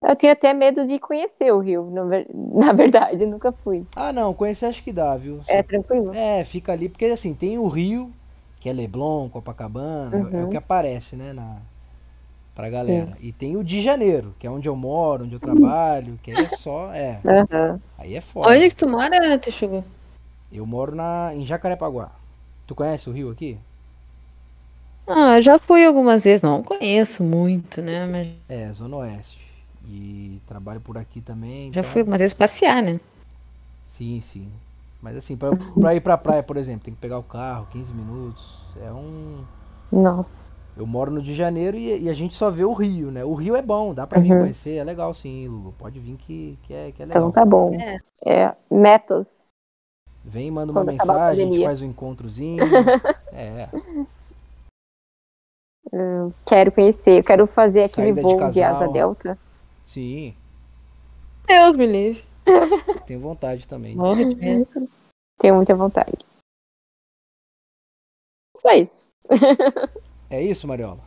[SPEAKER 4] Eu tenho até medo de conhecer o Rio, na ver- na verdade, nunca fui.
[SPEAKER 1] Ah, não, conhecer acho que dá, viu?
[SPEAKER 4] É tranquilo?
[SPEAKER 1] É, fica ali, porque assim, tem o Rio, que é Leblon, Copacabana, é- é o
[SPEAKER 4] Uhum.
[SPEAKER 1] que aparece, né, na, pra galera. E tem o de Janeiro, que é onde eu moro, onde eu trabalho, que aí é só, é,
[SPEAKER 4] Aham.
[SPEAKER 1] aí é foda.
[SPEAKER 2] Onde que tu mora, Tuxugu?
[SPEAKER 1] Eu moro na, em Jacarepaguá. Tu conhece o Rio aqui?
[SPEAKER 2] Ah, já fui algumas vezes. Não conheço muito, né? Mas
[SPEAKER 1] É, Zona Oeste. E trabalho por aqui também.
[SPEAKER 2] já
[SPEAKER 1] então-
[SPEAKER 2] fui algumas vezes passear, né?
[SPEAKER 1] Sim, sim. Mas assim, pra, pra ir pra praia, por exemplo, tem que pegar o carro, 15 minutos. É um.
[SPEAKER 4] Nossa.
[SPEAKER 1] Eu moro no de Janeiro e, e a gente só vê o Rio, né? O Rio é bom, dá pra vir
[SPEAKER 4] Uhum.
[SPEAKER 1] conhecer, é legal sim, Lulu. Pode vir que, que, é, que é legal.
[SPEAKER 4] Então tá bom.
[SPEAKER 2] É.
[SPEAKER 4] É, metas.
[SPEAKER 1] Vem, manda uma
[SPEAKER 4] Quando acabar a
[SPEAKER 1] mensagem, a gente
[SPEAKER 4] pandemia.
[SPEAKER 1] faz um encontrozinho. é,
[SPEAKER 4] Quero conhecer, eu quero fazer
[SPEAKER 1] Saída
[SPEAKER 4] aquele
[SPEAKER 1] de
[SPEAKER 4] voo de,
[SPEAKER 1] casal.
[SPEAKER 4] asa delta.
[SPEAKER 1] sim,
[SPEAKER 2] Deus me livre.
[SPEAKER 1] tenho vontade também.
[SPEAKER 2] Morro de medo.
[SPEAKER 4] Tenho muita vontade. Só isso.
[SPEAKER 1] É isso, Mariola?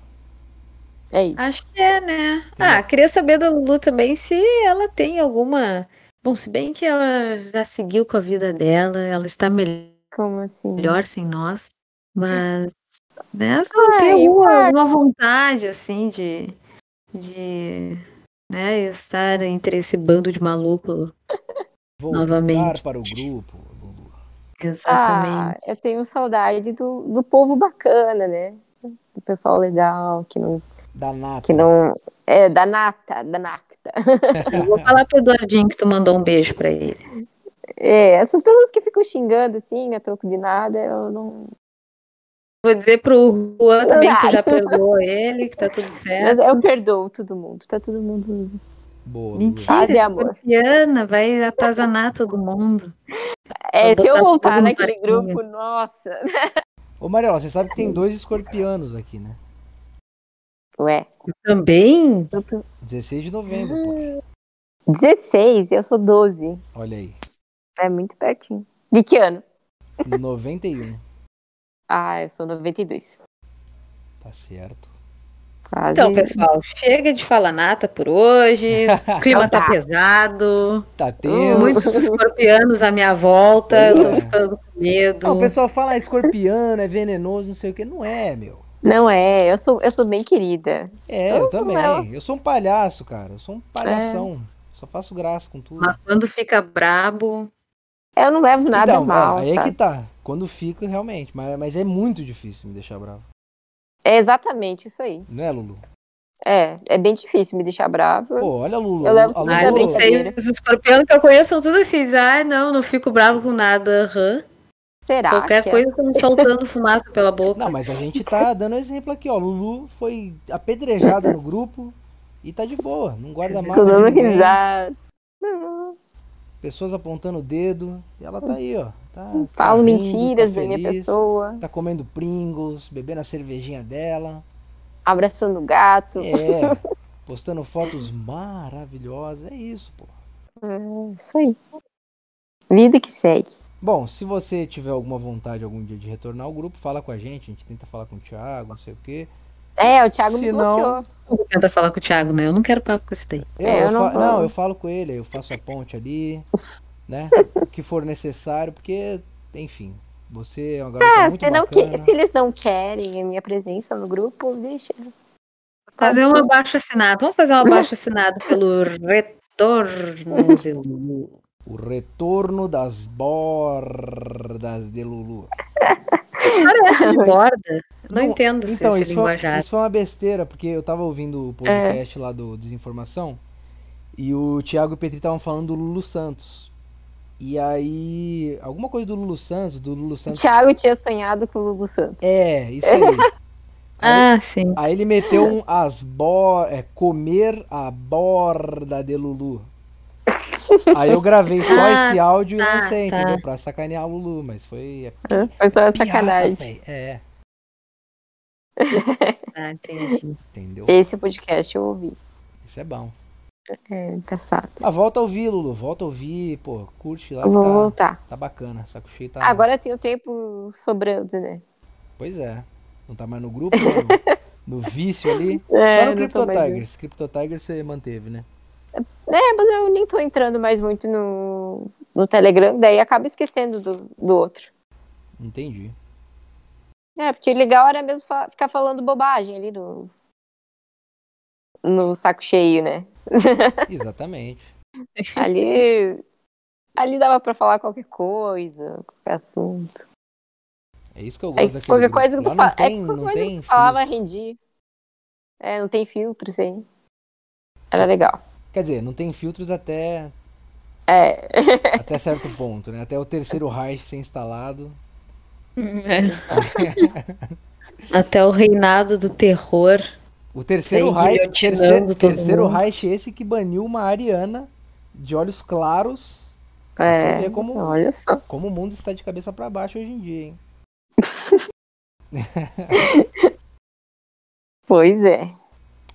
[SPEAKER 4] É isso.
[SPEAKER 2] Acho que é, né? Ah, queria saber da Lulu também se ela tem alguma. Bom, se bem que ela já seguiu com a vida dela, ela está melhor.
[SPEAKER 4] Como assim?
[SPEAKER 2] melhor sem nós, mas né, se ela tem
[SPEAKER 4] Ah,
[SPEAKER 2] alguma, alguma vontade assim de, de né, estar entre esse bando de maluco,
[SPEAKER 1] Voltar
[SPEAKER 2] Novamente.
[SPEAKER 1] para o grupo, Lulu.
[SPEAKER 2] exatamente.
[SPEAKER 4] Ah, eu tenho saudade do, do povo bacana, né? Do pessoal legal, que não.
[SPEAKER 1] Da Nata.
[SPEAKER 4] Que não é, da nata, da nacta.
[SPEAKER 2] Eu vou falar pro Eduardinho que tu mandou um beijo pra ele.
[SPEAKER 4] É, essas pessoas que ficam xingando assim, a troco de nada, eu não.
[SPEAKER 2] Vou dizer pro Juan também que tu já
[SPEAKER 4] acho.
[SPEAKER 2] perdoou ele, que tá tudo
[SPEAKER 4] Mas
[SPEAKER 2] certo.
[SPEAKER 4] eu perdoo todo mundo, tá todo mundo.
[SPEAKER 1] Boa, Lulu.
[SPEAKER 2] Mentira,
[SPEAKER 4] Paz e amor.
[SPEAKER 2] escorpiana, vai atazanar todo mundo.
[SPEAKER 4] É,
[SPEAKER 2] Vou
[SPEAKER 4] se eu
[SPEAKER 2] botar
[SPEAKER 4] voltar
[SPEAKER 2] tudo no
[SPEAKER 4] naquele
[SPEAKER 2] parquinho.
[SPEAKER 4] grupo, nossa.
[SPEAKER 1] Ô Mariola, você sabe que tem dois escorpianos aqui, né?
[SPEAKER 4] Ué,
[SPEAKER 2] Também?
[SPEAKER 4] eu tô
[SPEAKER 1] 16 de novembro,
[SPEAKER 4] Uhum.
[SPEAKER 1] pô.
[SPEAKER 4] 16, eu sou 12.
[SPEAKER 1] Olha aí.
[SPEAKER 4] É muito pertinho. De que ano?
[SPEAKER 1] 91.
[SPEAKER 4] Ah, eu sou 92.
[SPEAKER 1] Tá certo.
[SPEAKER 4] Quase.
[SPEAKER 2] Então, pessoal, chega de falar nata por hoje. O
[SPEAKER 1] Então
[SPEAKER 2] clima tá pesado.
[SPEAKER 1] Tá
[SPEAKER 4] Uhum.
[SPEAKER 1] tenso.
[SPEAKER 2] Muitos escorpianos à minha volta, eu tô
[SPEAKER 1] É.
[SPEAKER 2] ficando com medo.
[SPEAKER 1] Não, o pessoal fala "Ah, escorpiano, é venenoso, não sei o que. Não é, meu.
[SPEAKER 4] Não é, eu sou, eu sou bem querida.
[SPEAKER 1] É, eu também.
[SPEAKER 4] não. É.
[SPEAKER 1] Eu sou um palhaço, cara. Eu sou um palhação. Só faço graça com tudo.
[SPEAKER 2] Mas quando fica brabo.
[SPEAKER 4] Eu não levo nada
[SPEAKER 1] então, é,
[SPEAKER 4] mal.
[SPEAKER 1] aí é
[SPEAKER 4] sabe?
[SPEAKER 1] que tá. Quando fica, realmente. Mas, mas é muito difícil me deixar bravo.
[SPEAKER 4] É exatamente isso aí.
[SPEAKER 1] Não é, Lulu?
[SPEAKER 4] É, é bem difícil me deixar brava.
[SPEAKER 1] Pô, olha a Lulu.
[SPEAKER 4] Eu
[SPEAKER 1] a
[SPEAKER 4] levo
[SPEAKER 1] Lulu-
[SPEAKER 4] tudo
[SPEAKER 1] a
[SPEAKER 2] Ah, eu
[SPEAKER 1] Lulu-
[SPEAKER 2] não sei. Os escorpianos que eu conheço são tudo assim. Ah, não, não fico bravo com nada. aham.
[SPEAKER 4] Será?
[SPEAKER 2] Qualquer
[SPEAKER 4] que é?
[SPEAKER 2] coisa estão soltando fumaça pela boca.
[SPEAKER 1] Tá, Não, mas a gente tá dando exemplo aqui, ó. Lulu foi apedrejada no grupo e tá de boa. Não guarda mal.
[SPEAKER 4] Tô dando
[SPEAKER 1] de ninguém.
[SPEAKER 4] Uhum. risada.
[SPEAKER 1] Pessoas apontando o dedo. E ela tá aí, ó. Tá, tá
[SPEAKER 4] Falo
[SPEAKER 1] rindo,
[SPEAKER 4] mentiras
[SPEAKER 1] tá
[SPEAKER 4] da minha
[SPEAKER 1] feliz,
[SPEAKER 4] pessoa.
[SPEAKER 1] Tá comendo Pringles, bebendo a cervejinha dela.
[SPEAKER 4] Abraçando o gato.
[SPEAKER 1] É. Postando fotos maravilhosas. É isso, pô.
[SPEAKER 4] É, Isso aí. Vida que segue.
[SPEAKER 1] Bom, se você tiver alguma vontade algum dia de retornar ao grupo, fala com a gente. A gente tenta falar com o Thiago, não sei o quê.
[SPEAKER 4] É, o Thiago
[SPEAKER 1] Se
[SPEAKER 4] me
[SPEAKER 1] não-
[SPEAKER 4] bloqueou.
[SPEAKER 2] Tenta falar com o Thiago, né? Eu não quero papo com esse daí.
[SPEAKER 1] Eu,
[SPEAKER 4] É,
[SPEAKER 1] eu
[SPEAKER 4] eu não
[SPEAKER 1] fa-
[SPEAKER 4] vou.
[SPEAKER 1] não, eu falo com ele, eu faço a ponte ali, né? O que for necessário, porque, enfim, você é uma garota
[SPEAKER 4] Ah,
[SPEAKER 1] muito
[SPEAKER 4] se, não
[SPEAKER 1] bacana.
[SPEAKER 4] que- se eles não querem a minha presença no grupo, deixa.
[SPEAKER 1] É.
[SPEAKER 2] Fazer um
[SPEAKER 4] Pode
[SPEAKER 2] abaixo assinado. Vamos fazer um abaixo assinado pelo retorno de Lulu.
[SPEAKER 1] O retorno das bordas de Lulu.
[SPEAKER 2] Que história é essa de borda?
[SPEAKER 1] Não,
[SPEAKER 2] Não entendo esse-
[SPEAKER 1] Então,
[SPEAKER 2] esse
[SPEAKER 1] isso foi,
[SPEAKER 2] linguajar.
[SPEAKER 1] isso foi uma besteira, porque eu tava ouvindo o podcast lá do Desinformação e o Thiago e o Petri estavam falando do Lulu Santos. E aí, alguma coisa do Lulu Santos, do Lulu
[SPEAKER 4] O
[SPEAKER 1] Santos.
[SPEAKER 4] Thiago tinha sonhado com o Lulu Santos.
[SPEAKER 1] É, isso aí.
[SPEAKER 2] Ah, sim.
[SPEAKER 1] Aí ele meteu um as bo... é, comer a borda de Lulu. Aí eu gravei só
[SPEAKER 2] Ah,
[SPEAKER 1] esse áudio
[SPEAKER 2] tá,
[SPEAKER 1] e lancei,
[SPEAKER 2] tá.
[SPEAKER 1] entendeu? Pra sacanear o Lulu, mas foi é
[SPEAKER 4] Foi só
[SPEAKER 1] piada,
[SPEAKER 4] sacanagem.
[SPEAKER 1] véi. É,
[SPEAKER 2] Ah, entendi.
[SPEAKER 1] entendeu?
[SPEAKER 4] Esse podcast eu ouvi.
[SPEAKER 1] Isso é bom.
[SPEAKER 4] É engraçado.
[SPEAKER 1] Ah, volta a ouvir, Lulu. Volta a ouvir, pô. Curte lá
[SPEAKER 4] Eu vou
[SPEAKER 1] que tá,
[SPEAKER 4] voltar.
[SPEAKER 1] tá bacana. Saco cheio tá.
[SPEAKER 4] Agora eu tenho tempo sobrando, né?
[SPEAKER 1] Pois é. Não tá mais no grupo, né? no, no vício ali.
[SPEAKER 4] É,
[SPEAKER 1] Só no
[SPEAKER 4] não
[SPEAKER 1] Crypto
[SPEAKER 4] tô mais vendo.
[SPEAKER 1] Tigers. Crypto Tigers você manteve, né?
[SPEAKER 4] É, mas eu nem tô entrando mais muito no, no Telegram, daí acaba esquecendo do, do outro.
[SPEAKER 1] Entendi.
[SPEAKER 4] É, porque o legal era mesmo fa- ficar falando bobagem ali no, no saco cheio, né?
[SPEAKER 1] Exatamente.
[SPEAKER 4] Ali, ali dava pra falar qualquer coisa, qualquer assunto.
[SPEAKER 1] É isso que eu
[SPEAKER 4] É,
[SPEAKER 1] gosto daquele
[SPEAKER 4] qualquer
[SPEAKER 1] grupo.
[SPEAKER 4] coisa que tu
[SPEAKER 1] Lá não
[SPEAKER 4] fala, é,
[SPEAKER 1] tem,
[SPEAKER 4] qualquer
[SPEAKER 1] não
[SPEAKER 4] coisa
[SPEAKER 1] tem
[SPEAKER 4] que tu falava, rendi. É, não tem filtro, sim. Era legal.
[SPEAKER 1] Quer dizer, não tem filtros até,
[SPEAKER 4] É,
[SPEAKER 1] até certo ponto, né? Até o terceiro Reich ser instalado.
[SPEAKER 2] Até o reinado do terror.
[SPEAKER 1] O terceiro
[SPEAKER 2] Tá
[SPEAKER 1] Reich,
[SPEAKER 2] guilhotinando
[SPEAKER 1] terceiro,
[SPEAKER 2] todo
[SPEAKER 1] terceiro
[SPEAKER 2] mundo.
[SPEAKER 1] Reich esse que baniu uma ariana de olhos claros. Pra
[SPEAKER 4] é.
[SPEAKER 1] Você vê como,
[SPEAKER 4] Olha só.
[SPEAKER 1] como o mundo está de cabeça pra baixo hoje em dia, hein?
[SPEAKER 4] Pois é.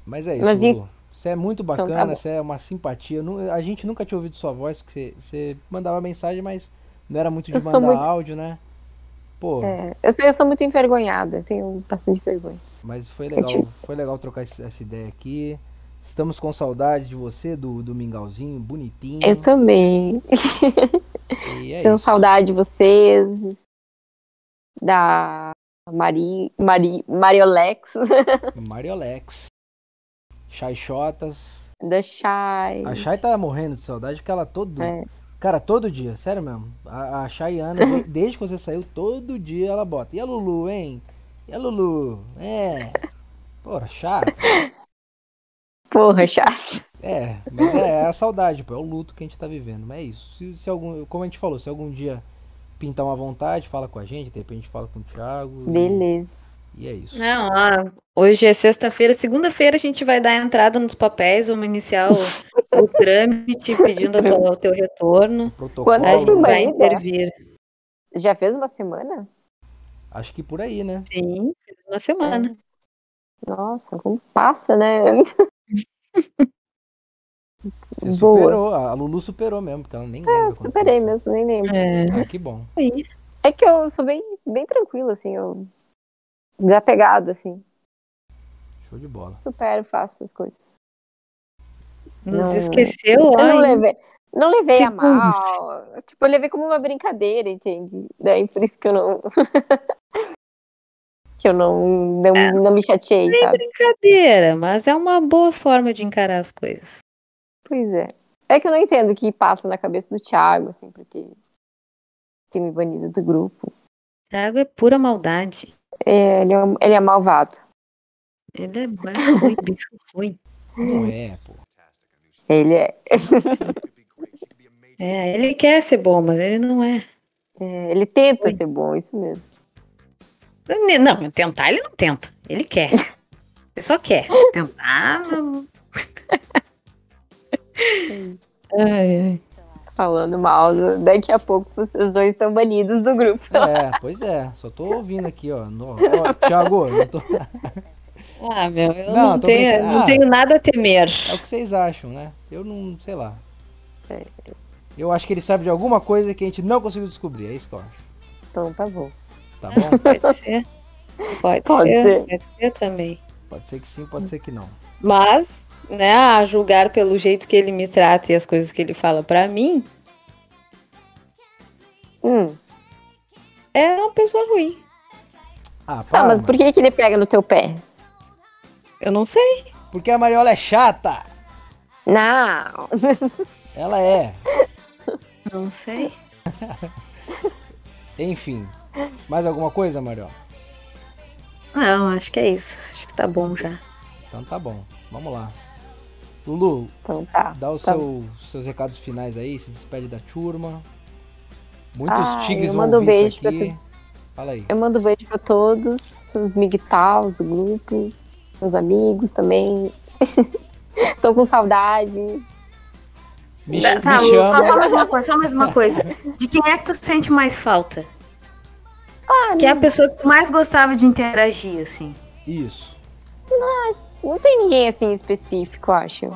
[SPEAKER 1] Mas é isso,
[SPEAKER 4] Mas e-
[SPEAKER 1] Lulu. Você é muito
[SPEAKER 4] tá
[SPEAKER 1] bacana,
[SPEAKER 4] bom.
[SPEAKER 1] você é uma simpatia. Nu- A gente nunca tinha ouvido sua voz, porque você, você mandava mensagem, mas não era muito de
[SPEAKER 4] Eu sou
[SPEAKER 1] mandar
[SPEAKER 4] muito-
[SPEAKER 1] áudio, né? Pô,
[SPEAKER 4] É, eu, sou, eu sou muito envergonhada, eu tenho bastante vergonha.
[SPEAKER 1] Mas foi legal,
[SPEAKER 4] tipo-
[SPEAKER 1] foi legal trocar esse- essa ideia aqui. Estamos com saudade de você, do, do mingauzinho, bonitinho.
[SPEAKER 4] Eu também
[SPEAKER 1] E é
[SPEAKER 4] tenho
[SPEAKER 1] isso.
[SPEAKER 4] saudade de vocês, da Mari, Mari, Mariolex,
[SPEAKER 1] Mariolex. Chay Xotas.
[SPEAKER 4] da Shai.
[SPEAKER 1] A Chay tá morrendo de saudade porque ela todo.
[SPEAKER 4] Uhum. É.
[SPEAKER 1] Cara, todo dia, sério mesmo. A, a Chay Ana, de- desde que você saiu, todo dia ela bota. E a Lulu, hein? E a Lulu? É. Porra, chata.
[SPEAKER 4] Porra, chato.
[SPEAKER 1] É, mas é, a saudade, pô, é o luto que a gente tá vivendo. Mas é isso. Se, se algum, como a gente falou, se algum dia pintar uma vontade, fala com a gente, de repente fala com o Thiago. e-
[SPEAKER 4] Beleza.
[SPEAKER 1] E, é isso.
[SPEAKER 2] Não, ó, hoje é sexta-feira. Segunda-feira a gente vai dar entrada nos papéis. Vamos iniciar o, o trâmite pedindo a tua- o teu retorno. tá?
[SPEAKER 1] Protocolo.
[SPEAKER 4] Quando
[SPEAKER 2] A gente vai
[SPEAKER 4] ainda?
[SPEAKER 2] intervir.
[SPEAKER 4] Já fez uma semana?
[SPEAKER 1] Acho que por aí, né?
[SPEAKER 2] Sim, fez uma semana.
[SPEAKER 4] Nossa, como passa, né?
[SPEAKER 1] Você
[SPEAKER 4] Boa.
[SPEAKER 1] superou, a a Lulu superou mesmo, porque ela nem lembra.
[SPEAKER 4] Eu
[SPEAKER 1] quando
[SPEAKER 4] superei
[SPEAKER 1] começou.
[SPEAKER 4] mesmo, nem lembro.
[SPEAKER 2] É.
[SPEAKER 1] Ah, que bom.
[SPEAKER 4] É que eu sou bem, bem tranquila, assim, eu desapegado, assim.
[SPEAKER 1] Show de bola.
[SPEAKER 4] Supero, faço as coisas.
[SPEAKER 2] Nos
[SPEAKER 4] Não.
[SPEAKER 2] esqueceu,
[SPEAKER 4] Eu não
[SPEAKER 2] ó.
[SPEAKER 4] levei, não levei a
[SPEAKER 2] Segundos.
[SPEAKER 4] mal. Tipo, eu levei como uma brincadeira, entende? Daí por isso que eu não. que eu não, não, não me chateei,
[SPEAKER 2] Nem
[SPEAKER 4] sabe?
[SPEAKER 2] brincadeira, mas é uma boa forma de encarar as coisas.
[SPEAKER 4] Pois é. É que eu não entendo o que passa na cabeça do Thiago, assim, porque tem me banido do grupo.
[SPEAKER 2] Thiago é pura maldade.
[SPEAKER 4] É, ele, é, um- ele é malvado.
[SPEAKER 2] Ele é baixo, ruim, bicho ruim.
[SPEAKER 1] Não é, pô.
[SPEAKER 4] Ele é,
[SPEAKER 2] É, ele quer ser bom, mas ele não é.
[SPEAKER 4] é, ele tenta ser bom, isso mesmo.
[SPEAKER 2] Ele- Não, tentar ele não tenta. Ele quer. Ele só quer. Tentar não. Ai, ai.
[SPEAKER 4] Falando mal, daqui a pouco vocês dois estão banidos do grupo.
[SPEAKER 1] É, pois é. Só tô ouvindo aqui, ó. No, ó Thiago, eu tô- é
[SPEAKER 2] Ah, meu, eu
[SPEAKER 1] Não,
[SPEAKER 2] não,
[SPEAKER 1] tô
[SPEAKER 2] tenho,
[SPEAKER 1] brincando.
[SPEAKER 2] não
[SPEAKER 1] Ah.
[SPEAKER 2] tenho nada a temer.
[SPEAKER 1] É o que vocês acham, né? Eu não sei lá.
[SPEAKER 4] É.
[SPEAKER 1] Eu acho que ele sabe de alguma coisa que a gente não conseguiu descobrir. É isso que eu acho.
[SPEAKER 4] Então tá bom.
[SPEAKER 1] Tá bom?
[SPEAKER 2] Pode ser. Pode,
[SPEAKER 4] Pode
[SPEAKER 2] ser,
[SPEAKER 4] ser.
[SPEAKER 2] Pode ser também.
[SPEAKER 1] Pode ser que sim, pode ser que não.
[SPEAKER 2] Mas, né, a julgar pelo jeito que ele me trata e as coisas que ele fala pra mim,
[SPEAKER 4] Hum.
[SPEAKER 2] é uma pessoa ruim.
[SPEAKER 1] Ah,
[SPEAKER 4] Ah,
[SPEAKER 1] para,
[SPEAKER 4] mas por
[SPEAKER 1] mano.
[SPEAKER 4] que, que ele pega no teu pé?
[SPEAKER 2] Eu não sei.
[SPEAKER 1] Porque a Mariola é chata.
[SPEAKER 4] Não.
[SPEAKER 1] Ela é.
[SPEAKER 5] Não sei.
[SPEAKER 1] Enfim. Mais alguma coisa, Mariola?
[SPEAKER 5] Não, acho que é isso. Acho que tá bom já.
[SPEAKER 1] Então tá bom. Vamos lá. Lulu,
[SPEAKER 4] Então tá.
[SPEAKER 1] dá os
[SPEAKER 4] Tá
[SPEAKER 1] seu- seus recados finais aí, se despede da turma. Muitos
[SPEAKER 4] Ah,
[SPEAKER 1] tigres
[SPEAKER 4] eu
[SPEAKER 1] vão
[SPEAKER 4] mando
[SPEAKER 1] ouvir
[SPEAKER 4] beijo
[SPEAKER 1] isso
[SPEAKER 4] pra
[SPEAKER 1] aqui. Fala aí.
[SPEAKER 4] Eu mando beijo pra todos, os migtaus do grupo, meus amigos também. Tô com saudade.
[SPEAKER 1] Me,
[SPEAKER 5] Tá,
[SPEAKER 1] me
[SPEAKER 5] tá, Lu, só,
[SPEAKER 1] chama.
[SPEAKER 5] só mais uma coisa, só mais uma coisa. De quem é que tu sente mais falta?
[SPEAKER 2] Ah,
[SPEAKER 5] que é a pessoa que tu mais gostava de interagir, assim.
[SPEAKER 1] Isso.
[SPEAKER 4] Não tem ninguém assim específico, eu acho.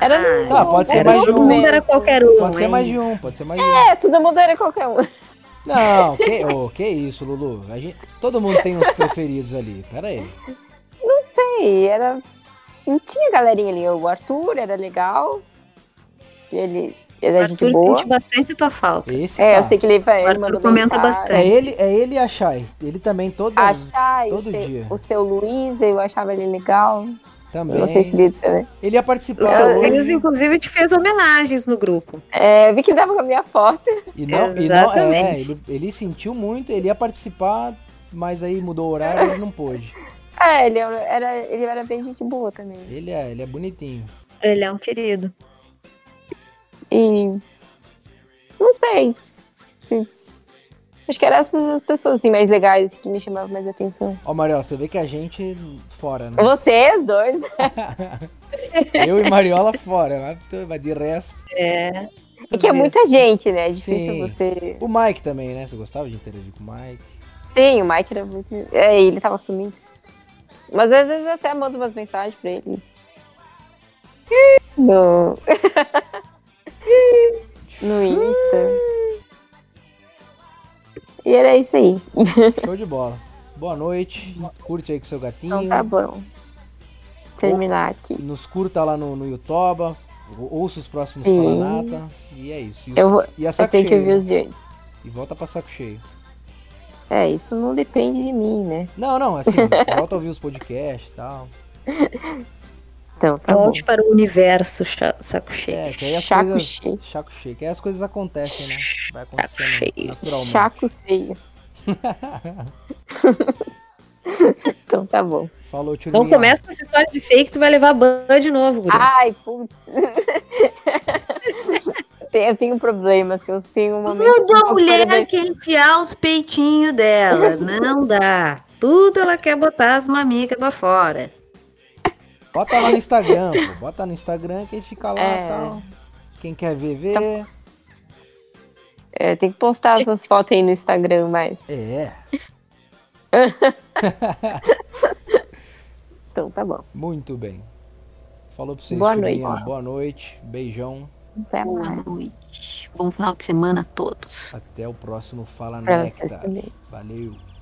[SPEAKER 4] Era
[SPEAKER 5] Ah,
[SPEAKER 4] no-
[SPEAKER 1] Tá, pode
[SPEAKER 5] É
[SPEAKER 1] ser
[SPEAKER 4] era
[SPEAKER 1] mais
[SPEAKER 4] no
[SPEAKER 1] de
[SPEAKER 2] todo
[SPEAKER 1] um.
[SPEAKER 2] mundo
[SPEAKER 4] mesmo.
[SPEAKER 2] era qualquer um.
[SPEAKER 1] Pode ser
[SPEAKER 2] é
[SPEAKER 1] mais de
[SPEAKER 2] isso.
[SPEAKER 1] um, pode ser mais de um.
[SPEAKER 4] É, todo mundo era qualquer um.
[SPEAKER 1] Não, que, ô, que isso, Lulu. A gente- todo mundo tem uns preferidos ali. Pera aí.
[SPEAKER 4] Não sei, era. Não tinha galerinha ali. O Arthur era legal. Ele era gente
[SPEAKER 5] Arthur
[SPEAKER 4] boa.
[SPEAKER 5] sente bastante a tua falta.
[SPEAKER 1] Esse
[SPEAKER 4] É,
[SPEAKER 1] tá.
[SPEAKER 4] eu sei que ele vai.
[SPEAKER 5] O
[SPEAKER 4] ele
[SPEAKER 5] Arthur
[SPEAKER 4] mandou
[SPEAKER 5] comenta
[SPEAKER 4] mensagem.
[SPEAKER 5] bastante.
[SPEAKER 1] É ele, é ele e a Shai. Ele também, todo
[SPEAKER 4] Achar
[SPEAKER 1] Todo
[SPEAKER 4] o, seu-
[SPEAKER 1] dia.
[SPEAKER 4] o seu Luiz, eu achava ele legal. Eu
[SPEAKER 1] também.
[SPEAKER 4] não sei se ele. né?
[SPEAKER 1] Ele ia participar
[SPEAKER 2] O seu
[SPEAKER 1] hoje
[SPEAKER 2] Luiz, inclusive, te fez homenagens no grupo.
[SPEAKER 4] É, eu vi que ele dava com a minha foto.
[SPEAKER 1] e não, e não é,
[SPEAKER 2] Exatamente.
[SPEAKER 1] ele, ele sentiu muito, ele ia participar, mas aí mudou o horário e ele não pôde.
[SPEAKER 4] É, ele era, era- ele era bem gente boa também.
[SPEAKER 1] Ele é, ele é bonitinho.
[SPEAKER 2] Ele é um querido.
[SPEAKER 4] E. Não sei. se- Acho que eram essas as pessoas assim, mais legais que me chamavam mais atenção.
[SPEAKER 1] Ó, Mariola, você vê que a gente fora, né?
[SPEAKER 4] Vocês dois.
[SPEAKER 1] Eu e Mariola fora, mas tu- mas de resto.
[SPEAKER 2] É.
[SPEAKER 4] É que é muita gente, né? É difícil
[SPEAKER 1] Sim.
[SPEAKER 4] você.
[SPEAKER 1] O Mike também, né? Você gostava de interagir com o Mike?
[SPEAKER 4] Sim, o Mike era muito. É, ele tava sumindo. Mas às vezes eu até mando umas mensagens pra ele. No, no Insta. E era isso aí.
[SPEAKER 1] Show de bola. Boa noite. Curte aí com seu gatinho.
[SPEAKER 4] Então tá bom. Terminar aqui.
[SPEAKER 1] Nos curta lá no, no Yotoba. Ou- Ouça os próximos
[SPEAKER 4] Sim.
[SPEAKER 1] Falanata. E é isso. E, os-
[SPEAKER 4] Eu vou-
[SPEAKER 1] e a
[SPEAKER 4] Eu
[SPEAKER 1] saco
[SPEAKER 4] tenho que
[SPEAKER 1] cheio. né?
[SPEAKER 4] ouvir os de antes.
[SPEAKER 1] E volta pra saco cheio.
[SPEAKER 4] É, isso não depende de mim, né?
[SPEAKER 1] Não, não, assim, volta a ouvir os podcasts e tal.
[SPEAKER 4] Então tá bom.
[SPEAKER 2] Volte para o universo, cha- saco cheio.
[SPEAKER 1] É, que aí as
[SPEAKER 4] Chaco
[SPEAKER 1] coisas.
[SPEAKER 4] cheio.
[SPEAKER 1] Chaco cheio. Que aí as coisas acontecem, né? Vai acontecendo
[SPEAKER 2] cheio.
[SPEAKER 1] naturalmente.
[SPEAKER 4] Chaco seio. então tá bom.
[SPEAKER 1] Falou, tio
[SPEAKER 2] Então começa com essa história de sei que tu vai levar ban de novo, guri.
[SPEAKER 4] Ai, putz. Tem- eu tenho problemas, que eu tenho um momento.
[SPEAKER 2] Tudo
[SPEAKER 4] que eu
[SPEAKER 2] a mulher
[SPEAKER 4] quero-
[SPEAKER 2] quer enfiar os peitinhos dela. Não dá. Tudo ela quer botar as mamigas pra fora.
[SPEAKER 1] Bota lá no Instagram, pô. Bota no Instagram que aí fica lá e
[SPEAKER 4] É. Então-
[SPEAKER 1] tal. Quem quer ver, vê.
[SPEAKER 4] É, tem que postar essas fotos aí no Instagram mais.
[SPEAKER 1] É.
[SPEAKER 4] Então tá bom.
[SPEAKER 1] Muito bem. Falou pra vocês,
[SPEAKER 4] Boa
[SPEAKER 1] turminha.
[SPEAKER 4] noite.
[SPEAKER 1] Boa noite. Beijão.
[SPEAKER 4] Até
[SPEAKER 5] Boa
[SPEAKER 4] mais.
[SPEAKER 5] noite. Bom final de semana a todos.
[SPEAKER 1] Até o próximo Fala
[SPEAKER 4] Pra vocês
[SPEAKER 1] Nectar.
[SPEAKER 4] também.
[SPEAKER 1] Valeu.